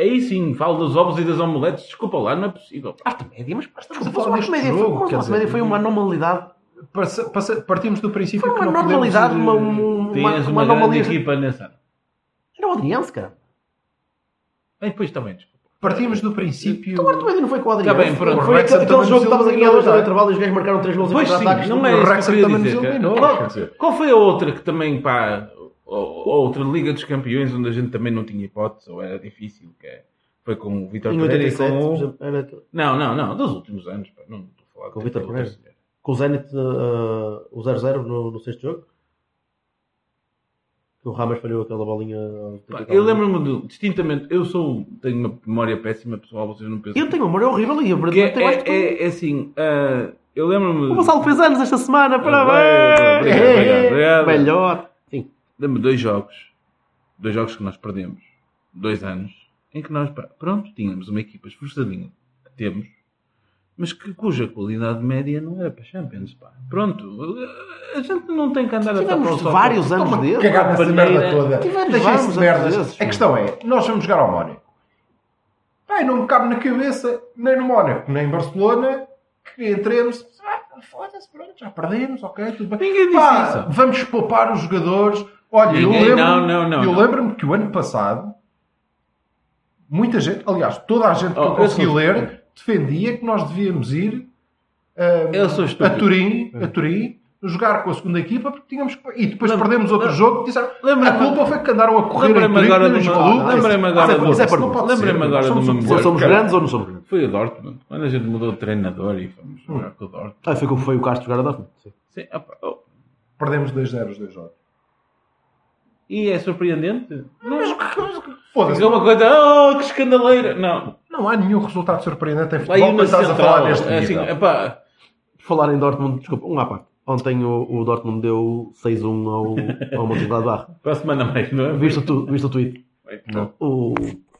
S3: Aí sim, falo dos ovos e das omeletes, desculpa lá, não é possível. pá.
S1: Arte média, mas pá, estamos
S2: Estamos
S1: a
S2: a
S1: falar
S2: falar
S1: de arte
S2: deste
S1: média.
S2: jogo,
S1: foi, mas
S2: quer
S1: arte média
S2: dizer,
S1: foi uma anomalidade.
S2: Passa- passa- Partimos do princípio
S1: Foi
S2: que
S1: Tipo, uma
S2: não podemos,
S1: normalidade,
S2: eh,
S1: uma, um, uma, uma,
S3: Tens
S1: uma
S3: uma, grande
S1: anomalia.
S3: equipa nessa. ano.
S1: Era o Adriense, cara.
S3: Bem, depois também, desculpa.
S2: Partimos do princípio.
S1: Então, o arte média não foi com o Adriense.
S3: Tipo, Tá bem, pronto.
S1: Foi aquele,
S2: Correto,
S1: aquele jogo
S2: também
S1: que estavas a
S2: não
S1: ganhar 2
S2: dá.
S1: a intervalo e os gajos marcaram 3 gols em
S3: Pois
S1: contra-ataques.
S3: sim, não
S1: tudo.
S3: é
S2: o
S3: isso que eu
S2: Wrexham
S3: queria
S2: também
S3: dizer.
S2: nos
S3: cara.
S2: eliminou,
S3: Qual-
S2: quer dizer.
S3: Qual foi a outra que também, pá, ou- ou outra Liga dos Campeões, onde a gente também não tinha hipótese, ou era difícil, que é- foi com o Vitor
S1: Em
S3: Pereira e
S1: 87,
S3: com
S1: por
S3: o...
S1: exemplo, era
S3: Não, não, não, dos últimos anos, pá, não estou a falar.
S1: Com o
S3: de-
S1: Vítor
S3: de-
S1: Pereira? com o Zenit, eh, o 0-0 no, no sexto jogo. Que que o Ramos falhou aquela bolinha. ao-
S3: Pá, Eu lembro-me do, distintamente, eu sou, tenho uma memória péssima, pessoal, vocês não pensam.
S1: Eu tenho uma memória horrível e a
S3: Porque
S1: verdade
S3: é,
S1: tem mais que
S3: é, é assim, ah, eu lembro-me.
S1: O Gonçalo fez anos esta semana,
S3: Obrigado,
S1: parabéns!
S3: obrigado, obrigado.
S1: Melhor. Sim.
S3: Lembro-me de dois jogos, dois jogos que nós perdemos, dois anos, em que nós, pá, pronto, tínhamos uma equipa esforçadinha, que temos, mas que, cuja qualidade média não era para Champions, pá. Pronto, a gente não tem que andar a tapar o
S1: Tivemos
S3: sol
S1: vários anos
S2: Toma
S1: desses.
S2: cagada nessa
S3: Peneira.
S2: merda toda.
S1: Tivemos
S2: Deixem-se
S1: vários
S2: de
S1: anos
S2: merdas.
S1: desses,
S2: A questão é, nós vamos jogar ao Mónaco. Pai, não me cabe na cabeça, nem no Mónaco, nem em Barcelona, que entremos. Ah, foda-se, pronto, já perdemos, ok, tudo bem.
S3: Ninguém disse
S2: Pá,
S3: isso.
S2: Vamos poupar os jogadores. Olha,
S3: Ninguém-
S2: eu lembro,
S3: não, não, não,
S2: eu
S3: não.
S2: lembro-me que o ano passado, muita gente, aliás, toda a gente que
S3: Oh,
S2: eu
S3: eu
S2: consegui
S3: sou-
S2: ler, defendia que nós devíamos ir
S3: Eu sou
S2: a
S3: estúpido.
S2: Turim, É. a Turim, jogar com a segunda equipa porque tínhamos que... E depois
S3: Lembra-
S2: perdemos outro
S3: lem-
S2: jogo e disseram
S3: lembra-
S2: a culpa foi que andaram a correr
S3: Lembrei-me
S2: em Turim,
S3: agora de
S2: nos
S3: uma-
S2: malucos.
S3: lembrei-me agora
S2: Isso é
S3: de-
S2: isso é
S1: isso é
S2: pode
S3: lembrei-me
S2: ser.
S3: agora
S2: Somos
S3: de uma
S2: um
S1: Ou
S3: mulher.
S2: povo,
S1: somos
S2: cara.
S1: grandes ou não somos grandes?
S3: Foi o Dortmund. Quando a gente mudou de treinador e
S2: Hum.
S3: fomos jogar com o Dortmund.
S1: Ah, foi, que foi o Castro jogar a Dortmund. Sim.
S3: Sim, opa, oh.
S2: um- Perdemos 2-0 os dois jogos.
S3: E é surpreendente. Não,
S2: Foda-se.
S3: é uma coisa, oh, que escandaleira. Não,
S2: Não há nenhum resultado surpreendente em
S3: lá aí
S2: futebol
S3: uma
S2: quando estás a falar
S3: central.
S2: deste
S3: É assim,
S2: nível.
S3: epá,
S1: Por falar em Dortmund, desculpa, um à parte. Ontem o, o Dortmund deu 6-1 ao, ao Mönchengladbach.
S3: para a semana mais, não é?
S1: Viste o, tu- viste o tweet?
S2: Não.
S1: O,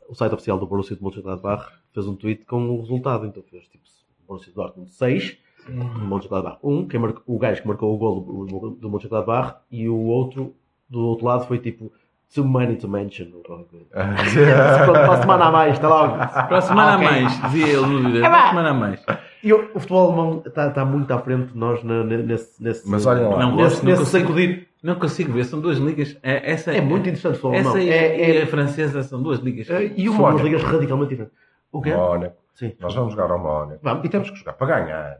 S1: o site oficial do Borussia de Mönchengladbach fez um tweet com o resultado. Então fez tipo Borussia Dortmund 6, Mönchengladbach 1. Quem marcou, o gajo que marcou o gol do, do Mönchengladbach e o outro do outro lado foi tipo Too Many to Mention. ou qualquer coisa. Para para a semana a mais, tá está lá.
S3: Para a semana
S1: Ok.
S3: a mais, dizia ele no vídeo. Para a semana a mais.
S1: E o o futebol alemão está está muito à frente de nós na- na- nesse, nesse.
S2: Mas olha lá.
S3: Não
S1: nesse,
S3: gosto, não
S1: nesse
S3: consigo,
S1: sacudir.
S3: não consigo ver. São duas ligas. É, essa
S1: É muito interessante o futebol alemão.
S3: Essa e,
S1: É,
S3: e
S1: é,
S3: a francesa são duas ligas.
S2: Eh, E o
S1: são duas
S2: Mónaco?
S1: ligas radicalmente diferentes. O quê?
S2: Mónaco.
S1: Sim.
S2: Nós vamos jogar ao Mónaco.
S1: Vamos.
S2: E temos que jogar para ganhar.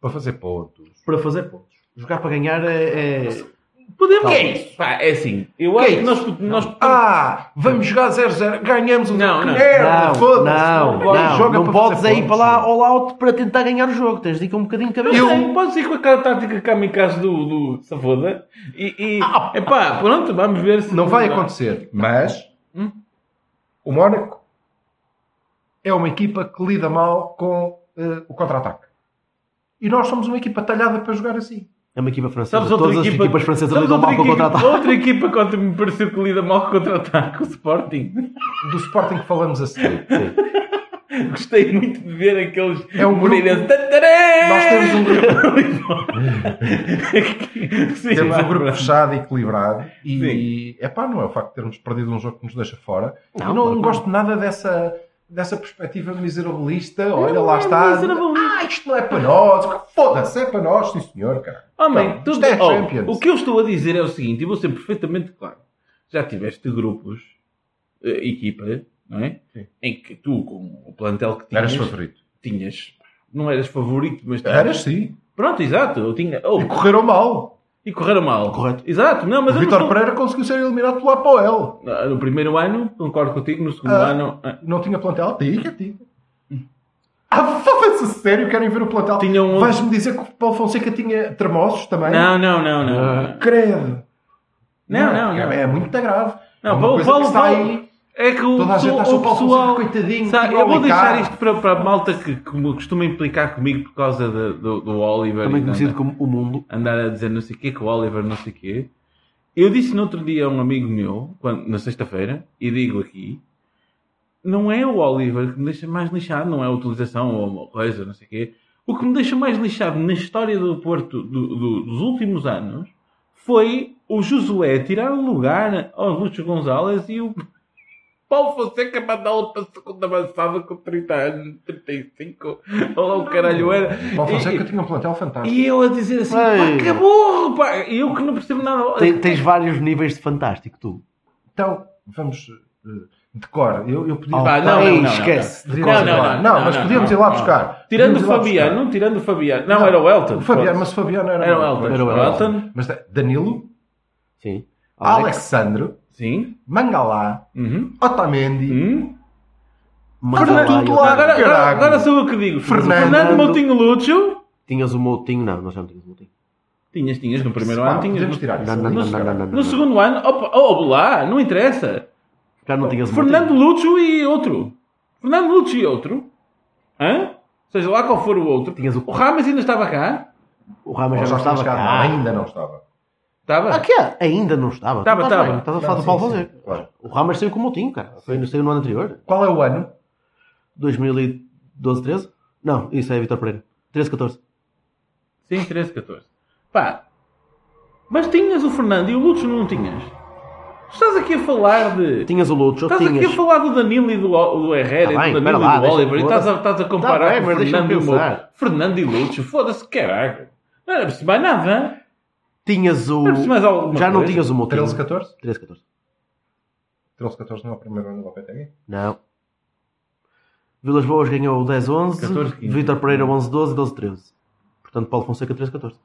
S2: Para fazer pontos.
S1: Para fazer pontos. Jogar para ganhar é. é-
S3: Podemos.
S1: Que
S3: é
S1: é
S3: isso? Pá, é assim. Eu
S2: Que
S3: acho
S2: é
S3: que
S2: isso?
S3: nós. nós
S2: Ah, vamos jogar 0-0, ganhamos um
S3: Não, não.
S2: Merda,
S1: Não,
S2: foda-se,
S1: não,
S2: gosto,
S1: não,
S2: joga
S1: não
S2: para
S1: podes
S2: fazer
S1: ir para
S2: pontos.
S1: lá all out para tentar ganhar o jogo. Tens de ir com um bocadinho de cabeça.
S3: Eu sei, pode ser com aquela tática kamikaze do, do Savoda. E, e epá, pronto, vamos ver se.
S2: Não vai acontecer, mas
S3: Hum?
S2: o Mónaco é uma equipa que lida mal com eh, o contra-ataque. E nós somos uma equipa talhada para jogar assim.
S1: É uma equipa francesa.
S3: Sabes outra
S1: Todas as
S3: equipa,
S1: equipas francesas
S3: sabes
S1: lidam mal
S3: outra
S1: com o
S3: equipa-
S1: contra-ataque.
S3: Outra equipa contra me pareceu que lida mal com o contra-ataque, o Sporting.
S2: Do Sporting que falamos assim. a seguir.
S3: Gostei muito de ver aqueles
S2: É um grupo-
S3: Moreirense.
S2: Nós temos um grupo,
S3: Sim,
S2: temos
S3: vá,
S2: um grupo
S3: pronto.
S2: fechado e equilibrado. E é pá, não é o facto de termos perdido um jogo que nos deixa fora.
S1: Não,
S2: e não
S1: claro que
S2: gosto nada dessa, dessa perspectiva miserabilista. Olha,
S3: Não
S2: lá
S3: é
S2: está.
S3: miserabilista.
S2: Ah, isto não é para nós. Foda-se, é para nós, sim senhor, cara.
S3: Homem,
S2: Não,
S3: tu-
S2: isto é
S3: oh,
S2: Champions.
S3: o que eu estou a dizer é o seguinte, e vou ser perfeitamente claro. Já tiveste grupos, eh, equipa, não é?
S2: Sim.
S3: Em que tu, com o plantel que tinhas,
S2: Eras favorito.
S3: tinhas não eras favorito, mas tinhas.
S2: Eras sim.
S3: Pronto, exato. Eu tinha. oh,
S2: E correram mal.
S3: e correram mal.
S1: Correto.
S3: Exato. Não,
S2: O
S3: mas eu
S2: Vitor
S3: não estou-
S2: Pereira conseguiu ser eliminado pelo Apoel.
S3: Ah, No primeiro ano, concordo contigo, no segundo
S2: Ah.
S3: ano. ah,
S2: Não tinha plantel? Tinha, tinha. Ah, foda-se, sério, querem ver o plantel?
S3: Tinha um outro-
S2: Vais-me dizer que o Paulo Fonseca tinha tremosos também?
S3: Não, não, não, não.
S1: Ah.
S2: Credo.
S3: Não, não,
S2: É,
S3: não.
S2: é muito grave.
S3: Não,
S2: é uma
S3: Paulo-
S2: coisa
S3: Paulo-
S2: que está
S3: Paulo-
S2: aí.
S3: É que o,
S2: Toda a gente
S3: pessoal-
S2: acha
S3: o
S2: o Paulo
S3: pessoal.
S2: Fonseca coitadinho,
S3: Sabe,
S2: tinha
S3: eu vou
S2: o Alencar.
S3: deixar isto para, para a malta que, que me costuma implicar comigo por causa de- do, do Oliver.
S1: Também
S3: e da-
S1: conhecido como o mundo.
S3: andar a dizer não sei o quê, que o Oliver não sei o quê. Eu disse no outro dia a um amigo meu, quando- na sexta-feira, e digo aqui, não é o Oliver que me deixa mais lixado, não é a utilização ou uma coisa, não sei o quê. O que me deixa mais lixado na história do Porto do- do- dos últimos anos foi o Josué tirar o lugar aos Lúcio Gonzalez e o Paulo Fonseca mandá-lo para a segunda avançada com 30 anos, 35, ou lá o caralho era.
S2: O Paulo
S3: E-
S2: Fonseca tinha um plantel fantástico.
S3: e eu a dizer assim,
S1: Ei.
S3: pá, que burro, pá. E eu que não percebo nada.
S1: Tem- tens vários níveis de fantástico, tu.
S2: Então, vamos... eh, De cor, eu, eu pedi...
S1: Oh,
S3: Pá, não,
S1: ei,
S3: não, não,
S1: esquece.
S2: Não,
S1: De
S3: Não,
S1: cor.
S3: não, não,
S2: não, mas
S3: não,
S2: podíamos
S3: não,
S2: ir lá
S3: não.
S2: buscar.
S3: Tirando o
S2: Podíamos ir lá
S3: Fabiano,
S2: buscar.
S3: não tirando o Fabiano. Não,
S2: Não,
S3: era o Elton.
S2: O Fabiano, mas o Fabiano era,
S3: Era o
S2: mau,
S3: Elton.
S2: pois.
S1: Era o
S3: Elton.
S2: Mas da- Danilo,
S1: Sim.
S2: Alexandro,
S3: Sim.
S2: Mangalá,
S3: Uhum.
S2: Otamendi,
S3: Hum.
S1: Mas
S2: Fernando
S1: lá, eu-
S2: Tudo
S3: Não,
S2: lá.
S3: agora, agora,
S2: caralho.
S3: agora sou eu que digo.
S2: Fernando.
S3: Fernando Moutinho Lúcio.
S1: Tinhas o Moutinho, não, nós já não tínhamos o Moutinho.
S3: Tinhas, tinhas, no primeiro
S2: Pá,
S3: ano tinhas.
S2: podemos
S3: No,
S2: tirar isso.
S1: Não, não,
S2: Isso,
S1: não,
S2: cara.
S1: não, não, não,
S3: no
S1: não.
S3: segundo ano, opa, oh, lá, não interessa.
S1: Já não tinhas o
S3: Fernando
S1: Martinho.
S3: Lúcio e outro. Fernando Lúcio e outro. Hã? Seja lá qual for o outro.
S1: Tinhas o-
S3: O Rames ainda estava cá?
S1: O Ramos já
S2: Ou
S1: não
S2: estava
S1: estava
S2: cá.
S1: cá.
S2: Ainda não estava.
S3: Estava?
S1: Ah, que é? Ainda não estava.
S3: Estava,
S1: Tá
S3: estava.
S1: bem, Estás
S2: Não,
S1: a falar do
S2: sim,
S1: Paulo
S2: sim,
S1: Roger.
S2: claro.
S1: O Ramos saiu como o Tinho, cara. Foi, saiu no ano anterior.
S2: Qual é o ano?
S1: 2012, 13? Não, isso é Vitor Pereira. 13, 14.
S3: Sim, 13, 14. Pá. Mas tinhas o Fernando e o Lúcio não tinhas. Estás aqui a falar de.
S1: Tinhas o Lúcio,
S3: Estás
S1: tinhas...
S3: aqui a falar do Danilo e do, do Herrera
S1: Tá bem,
S3: e do
S1: espera
S3: Danilo
S1: lá,
S3: e do Oliver e
S1: deixa-me-
S3: estás a, estás a comparar
S1: Tá bem,
S3: com
S1: mas
S3: o
S1: deixa-me
S3: Fernando e o
S1: pensar.
S3: Mouto. Fernando e Lúcio, foda-se, caraca. Não era preciso mais nada.
S1: Tinhas o...
S3: Não é preciso mais alguma
S1: Já não
S3: coisa?
S1: tinhas o Moutinho.
S2: 13, 14?
S1: 13, 14.
S2: 13, 14 não é o primeiro ano do Lopetegui?
S1: Não. Vilas Boas ganhou o 10, 11.
S3: 14, 15.
S1: Vitor Pereira 11, 12 12, 13. Portanto, Paulo Fonseca 13, 14.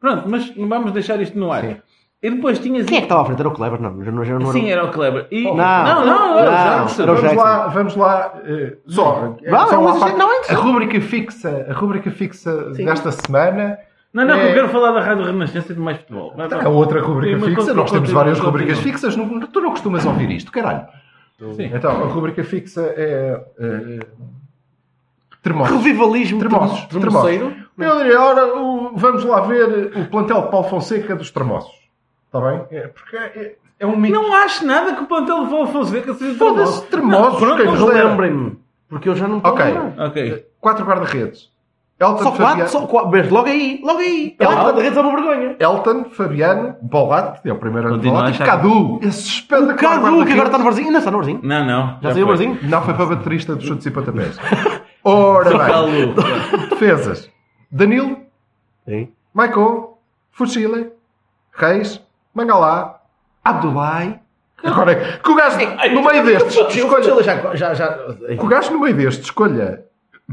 S3: Pronto, mas não vamos deixar isto no ar.
S2: Sim.
S3: E depois tinhas.
S1: Quem é que estava à frente? Era o Kleber? Não, já não, já não
S3: Sim,
S1: era.
S3: era o Kleber. E...
S2: Não,
S3: não, não, era
S1: um? não,
S3: o Jackson.
S1: era o
S2: vamos
S1: Jackson.
S2: lá, vamos lá. eh, só. eh,
S1: Vá,
S2: só
S1: não,
S2: lá
S1: mas
S2: para-
S1: isso não é
S2: a rúbrica fixa, a rúbrica fixa
S3: Sim.
S2: desta semana.
S3: Não, não, que
S2: É.
S3: eu quero falar da Rádio Renascença e de mais futebol.
S1: Tá,
S3: Vai, vai.
S2: A outra
S3: Tá
S2: rúbrica
S3: Sim, mas
S2: fixa.
S3: continua,
S2: Nós temos
S3: continua,
S2: várias
S3: continua.
S2: rubricas fixas. Não- tu não costumas ouvir isto, caralho.
S3: Sim.
S2: Então, a rúbrica fixa é. eh, termómetros.
S1: Revivalismo.
S2: Termossos.
S1: termo-
S2: Uhum. Termossos. Uhum.
S1: termoceiro.
S2: Eu diria, ora, o- vamos lá ver o plantel de Paulo Fonseca dos termossos. Está bem? É, porque é, é um mito.
S3: Não acho nada que o plantel vou fazer que seja
S2: Foda-se,
S1: Não,
S2: termossos.
S1: pronto,
S2: quem
S1: mas
S2: nos lembra?
S1: lembrem-me. Porque eu já não estou
S2: Ok.
S1: a lembrar.
S3: Ok.
S2: Quatro guarda-redes. Elton
S1: Só
S2: Fabiano,
S1: quatro, só quatro. Vês, logo aí, logo aí.
S2: Ela-
S1: Ela de redes é uma vergonha.
S2: Elton, Fabiano, Bolat, que é o primeiro ano de
S3: Continua
S2: Bolat,
S3: a
S2: e
S3: achar-
S2: Cadu. Esse espetacular
S1: Cadu, que agora tá
S2: guarda-redes.
S1: está no Barzinho. Ainda está no Barzinho.
S3: Não, não.
S1: Já saiu o
S3: foi.
S1: Barzinho?
S2: Não foi para baterista dos chutes e pontapés. Ora bem,
S3: Galo.
S2: defesas. Danilo,
S1: Sim.
S2: Michael, Fuchile, Reis, Mangalá, Abdulai. Agora, é que o gajo no meio destes escolha...
S1: já, já, já.
S2: Que o gajo no meio deste escolha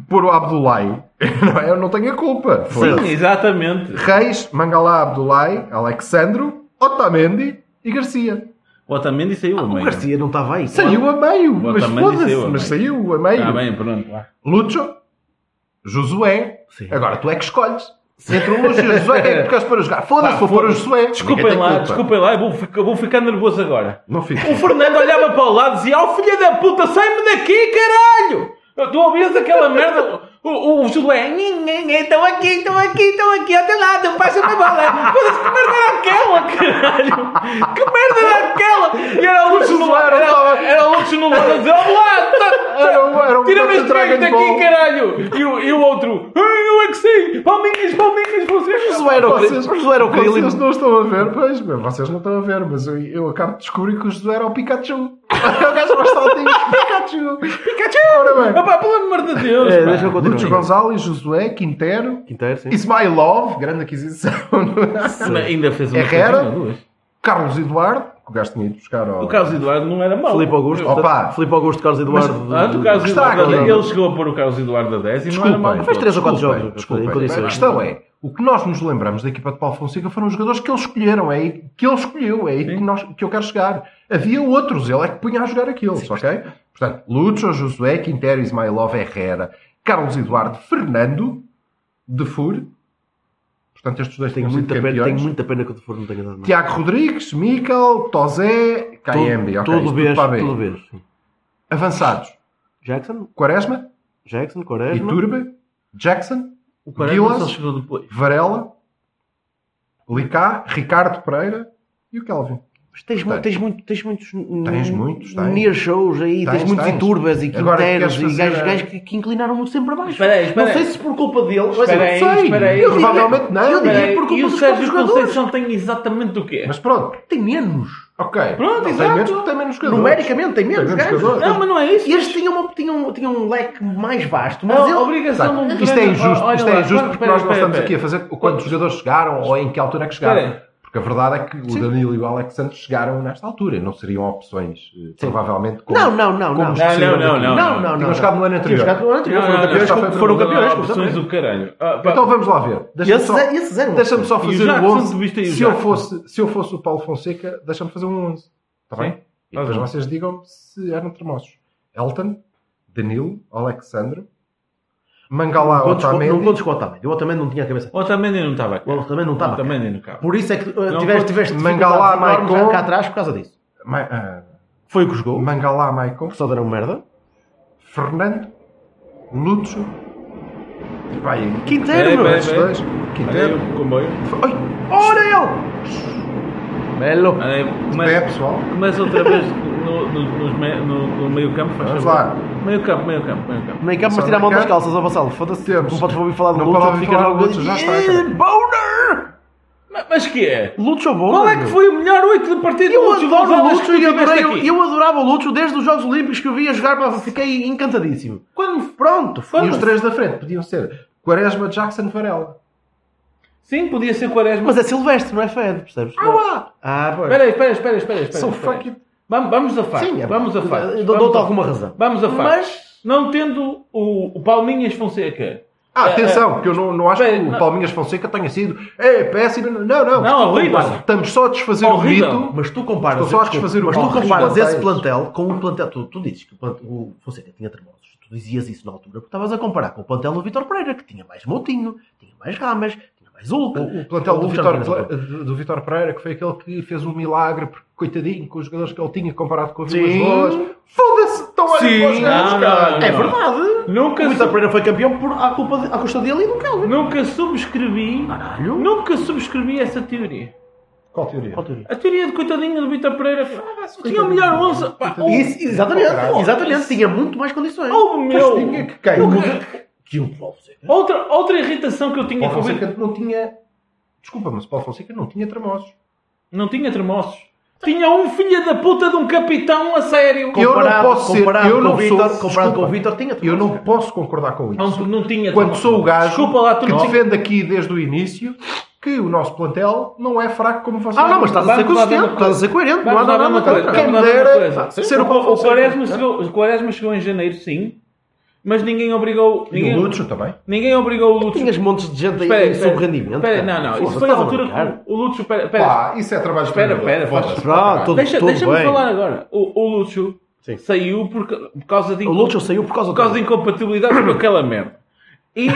S2: pôr o Abdulai, não é? eu não tenho a culpa. Foda-se.
S3: Sim, exatamente.
S2: Reis, Mangalá Abdulai, Alexandro, Otamendi e Garcia.
S3: O Otamendi
S2: Ah,
S3: saiu a
S1: O
S3: meio.
S1: Garcia não estava aí.
S2: Saiu a meio, mas
S3: Otamendi
S2: foda-se,
S3: saiu a meio.
S2: mas saiu a meio.
S3: Está né? Tá Ah, bem, pronto. vá.
S2: Lucho, Josué,
S1: Sim.
S2: agora tu é que escolhes. Entre o Lucho e o Josué, quem é que tu queres para jogar? Foda-se,
S3: Pá,
S2: vou pôr o
S3: foda-se.
S2: Josué. Ninguém
S3: Desculpem
S2: tem
S3: lá,
S2: culpa.
S3: desculpem lá, eu vou ficar, vou ficar nervoso agora.
S2: Não
S3: O
S2: fica.
S3: Fernando olhava para o lado e dizia: Ó filha da puta, sai-me daqui, caralho! Tu ouvias aquela merda? O, o, o Julé, estão aqui, estão aqui, estão aqui, ao teu lado, passa-me a bola. Foda-se, que merda era aquela, caralho? Que merda era aquela? E era o Lúcio no
S2: Julé
S3: lado,
S2: não
S3: era,
S2: estava-
S3: era o Lúcio no lado a dizer: Ó lá, tá-
S2: Era um- era um
S3: tira-me
S2: puta
S3: este treco
S2: Dragon Ball.
S3: daqui, caralho! E o, e o outro: "Ai, Eu é que sei, palminhas, palminhas, vocês.
S1: Josué era o
S2: Vocês,
S1: querido. Josué era o
S2: vocês
S1: querido.
S2: não estão a ver, pois, meu, vocês não estão a ver, mas eu, eu acabo de descobrir que o Josué era o Pikachu. o gajo mais saltinho, Pikachu. Pikachu! Ora bem,
S3: Opá, pelo amor de Deus!
S1: É,
S3: pá.
S1: deixa eu
S2: Lúcio
S1: continuar.
S2: Gonzalez, Josué, Quintero,
S1: Quinteiro, sim.
S2: Ismailov, grande aquisição,
S3: Ainda- Ainda fez é uma
S2: Herrera?
S3: coisinha, duas.
S2: Carlos Eduardo, que o gajo tinha ido buscar ao...
S3: O Carlos Eduardo não era mau.
S1: Filipe Augusto.
S2: Opa.
S1: portanto, Filipe Augusto, Carlos Eduardo.
S3: Ah, do Carlos
S2: Está
S3: Eduardo,
S2: agora.
S3: ele chegou a pôr o Carlos Eduardo a 10 e não era
S2: Desculpem,
S3: mau.
S1: Fez três ou quatro
S2: desculpem,
S1: jogos,
S2: desculpem.
S1: em condições.
S2: A questão é, o que nós nos lembramos da equipa de Paulo Fonseca foram os jogadores que ele escolheram, é aí que ele escolheu, é aí que, nós, que eu quero chegar. Havia outros, ele é que punha a jogar aqueles, ok? Portanto, Lucho, Josué, Quintero, Ismailov, Herrera, Carlos Eduardo, Fernando, Defur. Portanto, estes dois têm
S1: Tenho muita, pena,
S2: campeões.
S1: tenho muita pena que o Defor não tenha dado mais.
S2: Tiago Rodrigues, Mikel, Tozé, KMB, ok?
S1: Tudo
S2: isto tudo
S1: vês,
S2: para ver.
S1: tudo vês. sim.
S2: Avançados,
S1: Jackson,
S2: Quaresma,
S1: Jackson, Quaresma.
S2: Iturbe, Jackson,
S3: O Quaresma
S2: Vilas?
S3: só chegou depois.
S2: Varela, Licá, Ricardo Pereira e o Kelvin.
S1: Mas tens, mu-
S2: Portanto,
S1: tens, muito, tens muitos.
S2: tens muitos, tens.
S1: Near shows aí,
S2: Tens,
S1: tens, muitos
S2: tens.
S1: Iturbas e
S2: Agora queres
S1: Quinteiros e
S2: fazer
S1: gajos,
S2: a-
S1: gajos que, que inclinaram muito sempre para baixo.
S3: Espera aí, espera aí.
S1: não sei se por culpa dele. mas
S3: Espera
S1: eu
S3: aí,
S1: é, sei.
S3: espera aí.
S1: Eu diria-
S2: Provavelmente não.
S1: Eu
S3: Espera
S1: diria
S3: aí,
S1: por
S3: E
S1: culpa
S3: o
S1: dos próprios
S3: Sérgio
S1: jogadores.
S3: Conceição tem exatamente o quê?
S2: Mas pronto,
S1: Tem menos.
S2: ok.
S3: Pronto,
S2: não
S3: exato.
S2: Tem menos, porque tem menos jogadores.
S1: Numericamente tem menos
S2: menos
S1: gajos.
S2: jogadores.
S3: Não, mas não é isso.
S1: E eles tinham, uma, tinham, tinham um leque mais vasto. Mas
S3: Não,
S1: ele...
S3: a obrigação de um
S2: Isto é
S3: treino-
S2: injusto,
S3: Olha
S2: isto
S3: lá,
S2: é injusto
S3: espera,
S2: porque
S3: espera,
S2: nós não
S3: espera,
S2: estamos aqui a fazer quantos jogadores chegaram ou em que altura é que chegaram.
S3: Espera
S2: Porque a verdade é que o Danilo e o Alex Santos chegaram nesta altura, não seriam opções, eh, provavelmente. como-
S1: Não, não, não,
S2: como
S1: não.
S2: os que
S3: Não,
S2: saíram
S3: não,
S2: daqui.
S3: não,
S1: Não, não, não.
S2: Tinham jogado no ano anterior.
S1: Tinham jogado no ano anterior.
S3: Não, não,
S1: Foram campeões,
S2: não,
S1: como-
S2: não.
S1: foram
S3: espera.
S1: campeões.
S3: Não, opções
S1: completamente.
S3: do caralho. Ah, pá,
S2: Então vamos lá ver. Deixa-me
S1: Esse
S2: só,
S1: é- esse zero.
S2: deixa-me só
S3: E o
S2: fazer o
S3: Jackson,
S2: 11.
S3: tu viste aí o
S2: se, eu
S3: Jackson?
S2: fosse, se eu fosse o Paulo Fonseca, deixa-me fazer um 11. Está
S3: Sim.
S2: bem? E depois
S3: Tá bem.
S2: vocês é digam se eram tremosos. Elton, Danilo, Alexandre, Mangalá,
S1: Não contes com-
S2: Otamendi.
S1: Não contes com o Otamendi. O Otamendi não tinha a cabeça.
S3: O Otamendi não estava cá.
S1: O Otamendi não estava cá.
S3: Otamendi não cá.
S1: Por isso é que uh,
S3: Não
S1: tiveste,
S3: contes-
S1: tiveste
S2: Mangalá,
S1: dificuldade enorme
S2: Maicon.
S1: cá atrás por causa disso.
S2: Ma- ah,
S1: Foi o que jogou.
S2: Mangalá, Maicon.
S1: Porque só deram merda.
S2: Fernando. Lúcio. E vai aí.
S1: Quinteiro, meu.
S3: Peraí,
S2: Estes
S3: peraí.
S2: dois.
S3: Olha aí
S2: Quinteiro.
S3: o comboio.
S2: Oi!
S1: Ora ele! Belo.
S3: Olha aí,
S2: Pé,
S3: Começa,
S2: pessoal.
S3: começa outra vez no, no- nos me- no- no meio campo. faz
S2: Vamos
S3: favor.
S2: lá.
S3: Meio campo, meio campo, meio campo.
S1: Meio campo, mas
S2: Só
S1: tira a mão
S2: meio
S1: das
S2: campo.
S1: calças, ó Vassalo. Foda-se.
S2: Temos.
S1: Não podes ouvir falar de
S2: Não
S1: Lúcio,
S2: podes
S1: fica
S2: falar de
S1: logo.
S2: Lúcio, já está,
S1: Ih,
S2: cara.
S1: Boner!
S3: Mas, mas que é?
S1: Lúcio Boner.
S3: Qual é que foi o melhor 8 de partida do
S1: Eu
S3: último
S1: adoro o
S3: Gonzalez que
S1: Lúcio
S3: tu
S1: e
S3: tiveste
S1: adorei.
S3: aqui?
S1: Eu adorava o Lúcio desde os Jogos Olímpicos que eu via jogar, pá, fiquei encantadíssimo.
S3: Quando-
S1: Pronto,
S2: E
S1: foi. um
S2: os três da frente podiam ser Quaresma, Jackson, Varela.
S3: Sim, podia ser Quaresma.
S1: Mas é Silvestre, não é Fed, percebes?
S2: Ah, lá!
S1: Ah, pois.
S3: Espera aí, espera aí, espera aí, espera aí, espera
S2: So
S3: aí, espera aí.
S2: fuck it.
S3: Vamos, vamos a factos.
S1: Sim, é
S3: vamos a
S1: verdade.
S3: factos.
S1: Eu
S3: Vamos
S1: dou-te
S3: a-
S1: alguma razão.
S3: Vamos a factos.
S1: Mas-
S3: Não tendo o, o Palminhas Fonseca.
S2: Ah, atenção, que eu não, não acho que
S3: Bem,
S2: o
S3: não-
S2: Palminhas Fonseca tenha sido é péssimo. Não, não.
S3: Não, horrível.
S2: Estamos só a desfazer
S3: Horrível.
S2: o mito.
S1: Mas tu comparas,
S2: Estou só a desfazer o
S1: mas tu
S2: palco dos
S1: comparas
S2: plantéis.
S1: esse plantel com um plantel. Tu, tu dizes que o, plant- o Fonseca tinha tremosos. Tu dizias isso na altura porque estavas a comparar com o plantel do Vitor Pereira, que tinha mais Moutinho, tinha mais Ramas, tinha mais Hulk.
S2: O, o plantel do
S1: Hulk já
S2: Vitor,
S1: não tinha essa
S2: Pla- do Vitor Pereira, que foi aquele que fez um milagre, porque, coitadinho, com os jogadores que ele tinha comparado com as
S1: Sim.
S2: duas boas. Foda-se, estão a
S1: um
S3: Sim, não, não,
S1: coisa.
S3: não.
S1: É verdade.
S3: Nunca,
S1: O Vitor
S3: sub-
S1: Pereira foi campeão por, à, culpa de, à custa dele e do Kelvin.
S3: nunca subscrevi.
S1: Caralho.
S3: Nunca subscrevi essa teoria.
S2: Qual teoria?
S1: Qual teoria?
S3: A teoria de coitadinho do Vitor Pereira. Tinha o melhor 11. Pá,
S1: Isso, exatamente,
S2: Caralho.
S1: exatamente. Tinha muito mais condições.
S3: ou o
S2: Mas
S3: Oh, meu.
S2: tinha que cair.
S1: Tinha um Paulo Fonseca.
S3: Outra, outra irritação que eu tinha
S2: Paulo
S3: com o Vitor.
S2: Fonseca não tinha. Desculpa, mas o Paulo Fonseca não tinha tramosos.
S3: Não tinha tremoços. Tinha um filho da puta de um capitão a sério.
S2: Eu não posso ser-
S1: comparado
S2: eu
S1: com
S2: não
S1: o Vitor,
S2: sou-
S1: comparado com o
S2: desculpa.
S1: Vitor, tinha
S2: Eu não
S1: tremosos.
S2: posso concordar com isso.
S3: Não, tu não tinha
S2: Quando
S3: tremoços.
S2: sou o gajo
S3: Desculpa lá, tu
S2: que
S3: não.
S2: defende aqui desde o início que o nosso plantel não é fraco como vocês.
S1: Ah, não, mas estás a ser
S3: Tá, Vamos lá ver
S1: consistente,
S3: uma coisa.
S1: estás a ser coerente, não há
S3: Vamos lá
S1: nada
S3: ver uma coisa.
S1: contra.
S2: Quem
S3: Vamos lá
S2: me
S3: ver uma
S2: dera
S3: coisa.
S2: ser o
S1: um
S3: O-
S2: Paulo
S3: o
S2: Fonseca.
S3: Quaresma
S1: né?
S3: chegou- O Quaresma chegou em janeiro, sim. Mas ninguém obrigou.
S2: E o
S3: Ninguém,
S2: Lúcio também.
S3: ninguém obrigou o Lúcio.
S1: Tinhas montes de gente
S3: Espera aí,
S1: aí
S3: espera aí.
S1: sob rendimento.
S3: Espera aí,
S1: cara.
S3: não, não.
S1: Foda-se,
S3: Isso foi a
S1: estás
S3: altura que
S1: brincar?
S3: o o Lúcio. Espera, espera.
S2: Pá, isso é trabalho de
S3: Espera,
S2: treinador.
S3: espera,
S2: Foda-se.
S1: Pronto, tudo,
S3: Deixa-
S1: tudo
S3: Deixa-me
S1: tá bem.
S3: falar agora. O, o Lúcio
S1: Sim.
S3: saiu por, ca- por causa de
S1: O Lúcio saiu por causa
S3: por causa de incompatibilidades com aquela merda. E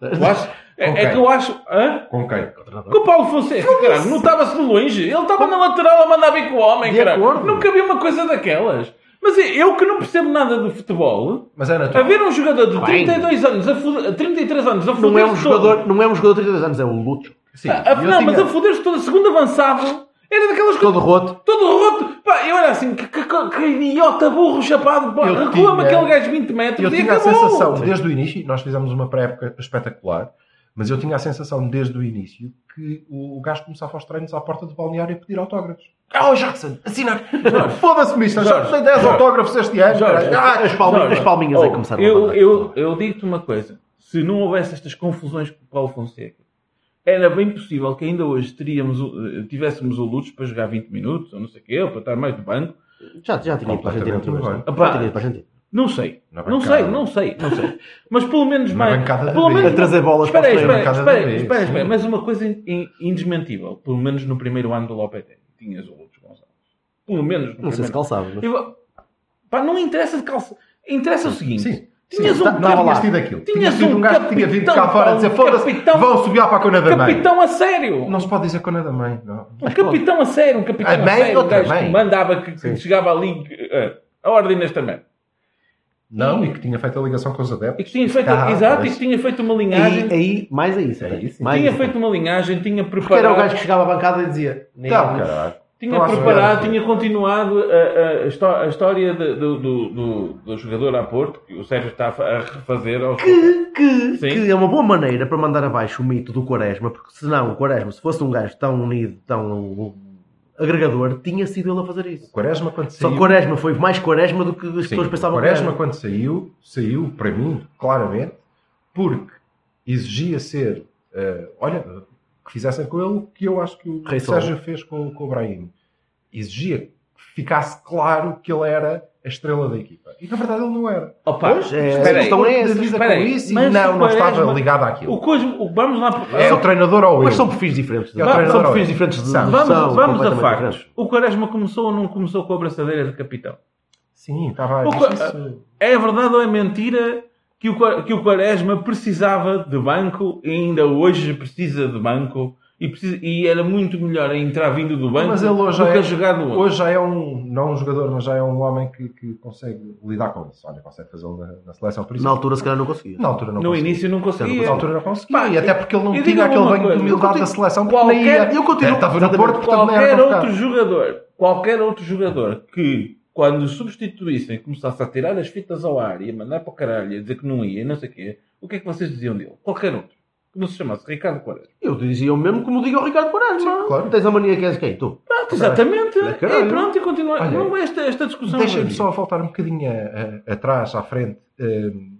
S3: eu acho, é, é
S2: Ok.
S3: que eu acho. Hã?
S2: Com quem?
S3: Com o Paulo Fonseca, caralho, não estava-se de longe. Ele estava na lateral a mandar bem com o homem,
S1: De
S3: caralho.
S1: acordo.
S3: Nunca vi uma coisa daquelas. Mas é, eu que não percebo nada do futebol,
S2: Mas é natural.
S3: haver um jogador de
S1: Bem.
S3: 32 anos, a fuder, 33 anos, a foder
S1: Não é um jogador, não é um jogador de 32 anos, é um Lúcio.
S2: Sim,
S3: A, a,
S2: eu
S3: não, mas
S2: tinha-
S3: a foder-se todo, segundo avançava, era daquelas coisas.
S1: Todo roto.
S3: Todo roto! Pá, eu era assim, que, que- que- que idiota burro chapado, pá,
S2: Eu
S3: recua-me
S2: tinha-
S3: aquele gajo 20 metros
S2: Eu
S3: e
S2: tinha a
S3: acabou!
S2: sensação, desde o início, nós fizemos uma pré-época espetacular, mas eu tinha a sensação desde o início que o o gajo começava aos treinos à porta do balneário a pedir autógrafos. Ah, oh, Jackson, assina! Foda-se, mister, já
S3: Jorge,
S2: tem 10
S3: Jorge.
S2: autógrafos este ano.
S3: Jorge,
S2: caralho. Ah,
S1: As palminhas,
S3: Jorge,
S1: as palminhas aí
S3: oh,
S1: começaram a
S3: eu,
S1: mandar.
S3: eu, eu digo-te uma coisa: se não houvesse estas confusões com o Paulo Fonseca, era bem possível que ainda hoje teríamos, o- eh, tivéssemos o Lutz para jogar 20 minutos, ou não sei o quê, ou para estar mais no banco.
S1: Já, já tinha ido para a Argentina
S2: Completamente
S1: outra vez. não?
S3: igual.
S1: Já tinha ido para a Argentina.
S3: Não sei.
S2: Na
S3: Não
S2: bancada.
S3: sei, não sei, não sei. Mas pelo menos
S2: Na
S3: mais.
S2: bancada de
S3: Pelo
S2: vez.
S3: menos
S1: A trazer bolas
S3: espera
S1: para
S3: aí,
S1: os
S3: espera aí,
S2: treinos.
S3: espera aí,
S2: Bancada de
S3: espera aí,
S2: vez.
S3: espera aí. Mas uma coisa in- in- indesmentível. Pelo menos no primeiro ano do Lopetegui tinhas o Lutz Gonçalves. Pelo menos no
S1: Não sei
S3: primeiro
S1: se calçava, mas...
S3: Eu vou- Pá, não interessa de calça. Interessa o seguinte.
S2: Sim.
S3: Tinhas
S2: Sim,
S3: um
S2: tá-
S3: capitão-
S2: tinhas tido aquilo.
S3: Tinhas
S2: Tinhas tido
S3: um
S2: um gajo que tinha vindo
S3: capitão,
S2: cá fora a dizer
S3: um
S2: foda-se,
S3: capitão-
S2: vão subir para a cona da mãe.
S3: Capitão a sério.
S2: Não se pode dizer cona da mãe, não.
S3: Um capitão a sério. Um capitão
S2: A
S3: a,
S2: mãe,
S3: sério. Um
S2: outra
S3: gajo que
S2: mãe.
S3: mandava, que, que chegava ali eh, a ordem nesta merda.
S2: Não, e que tinha feito a ligação com os
S3: E
S2: adeptos.
S3: que tinha feito,
S2: Ah,
S3: exato, e
S2: pois.
S3: que tinha feito uma
S1: Aí,
S3: linhagem.
S1: aí, mais aí, isso.
S2: É
S1: cara.
S2: isso.
S1: Mais
S3: tinha
S1: isso.
S3: feito um uma linhagem, tinha
S1: Porque era o
S3: preparado,
S1: gajo que chegava à bancada e dizia...
S2: Então, caralho.
S3: tinha,
S2: Não há
S3: preparado
S2: segurança.
S3: tinha continuado a, a- a histó- a história de- do, do, do- do jogador a Porto, que o Sérgio está a refazer aos
S1: que, que,
S3: Sim.
S1: que é uma boa maneira para mandar abaixo o mito do Quaresma, porque senão o Quaresma, se fosse um gajo tão unido, tão agregador, tinha sido ele a fazer isso.
S2: O Quaresma quando
S1: Só
S2: saiu...
S1: que Quaresma foi mais Quaresma do que as
S2: Sim,
S1: pessoas pensavam
S2: o
S1: que
S2: Quaresma
S1: era.
S2: quando saiu, saiu para mim, claramente, porque exigia ser, eh, olha, que fizessem com ele o que eu acho que o
S1: Rei Sol.
S2: Sérgio fez com, com o Brahim. Exigia que ficasse claro que ele era a estrela da equipa. E na verdade ele não era.
S3: Opa,
S1: Pois, é,
S3: espera
S1: a
S3: aí.
S1: questão é essa.
S2: Avisa
S3: Espera
S2: com
S3: aí,
S2: isso e
S3: mas
S2: não,
S3: o
S2: não estava
S3: Quaresma-
S2: ligado
S3: O
S2: àquilo.
S3: coisa, o- vamos lá. para-
S2: É o treinador ou eu?
S1: Mas são perfis diferentes. né?
S2: É o
S1: Vá,
S2: treinador
S1: são
S2: ou
S1: perfis
S2: eu?
S1: diferentes. De,
S2: São.
S3: Vamos,
S1: são
S3: vamos a
S1: completamente
S3: factos.
S1: diferentes.
S3: O Quaresma começou ou não começou com a braçadeira de capitão?
S2: Sim, estava a
S3: O Qua-
S2: isso.
S3: É verdade ou é mentira que o, Qua- que o Quaresma precisava de banco e ainda hoje precisa de banco e, precisa- e era muito melhor a entrar vindo do banco
S2: Mas ele hoje
S3: do que
S2: é,
S3: a jogar do outro.
S2: hoje já é um, não um jogador, mas já é um homem que, que consegue lidar com isso. Olha, consegue fazê-lo na, na seleção. Por isso,
S1: Na altura, se calhar, não conseguia.
S2: na altura não
S3: no
S2: conseguia.
S3: início não conseguia.
S2: Na altura não conseguia.
S3: Pá,
S2: e até porque ele não
S3: e
S2: tinha
S3: diga-me
S2: aquele
S3: uma
S2: banho
S3: coisa, eu
S2: de humildade
S3: continuo-
S2: da seleção. porque nem
S3: qualquer, um-
S2: ia- É,
S1: eu continuo-
S2: Estava no
S1: exatamente,
S2: Porto, portanto nem era
S3: qualquer um
S2: para
S3: outro
S2: ficar.
S3: jogador, qualquer outro jogador que quando o substituíssem começasse a tirar as fitas ao ar e a mandar para o caralho e a dizer que não ia e não sei o quê, o que é que vocês diziam dele? Qualquer outro. Que não se chamasse Ricardo Quaresma.
S1: Eu dizia o mesmo como diga o Ricardo Quaresma.
S2: claro.
S1: Tens a mania que és quem? Tu?
S3: Pronto, exatamente.
S1: Caralho.
S3: E É, pronto, e continua.
S2: Olha,
S3: não, é esta, esta discussão.
S2: Deixa-me
S3: não é.
S2: só voltar um bocadinho a- a- atrás, à frente, hum,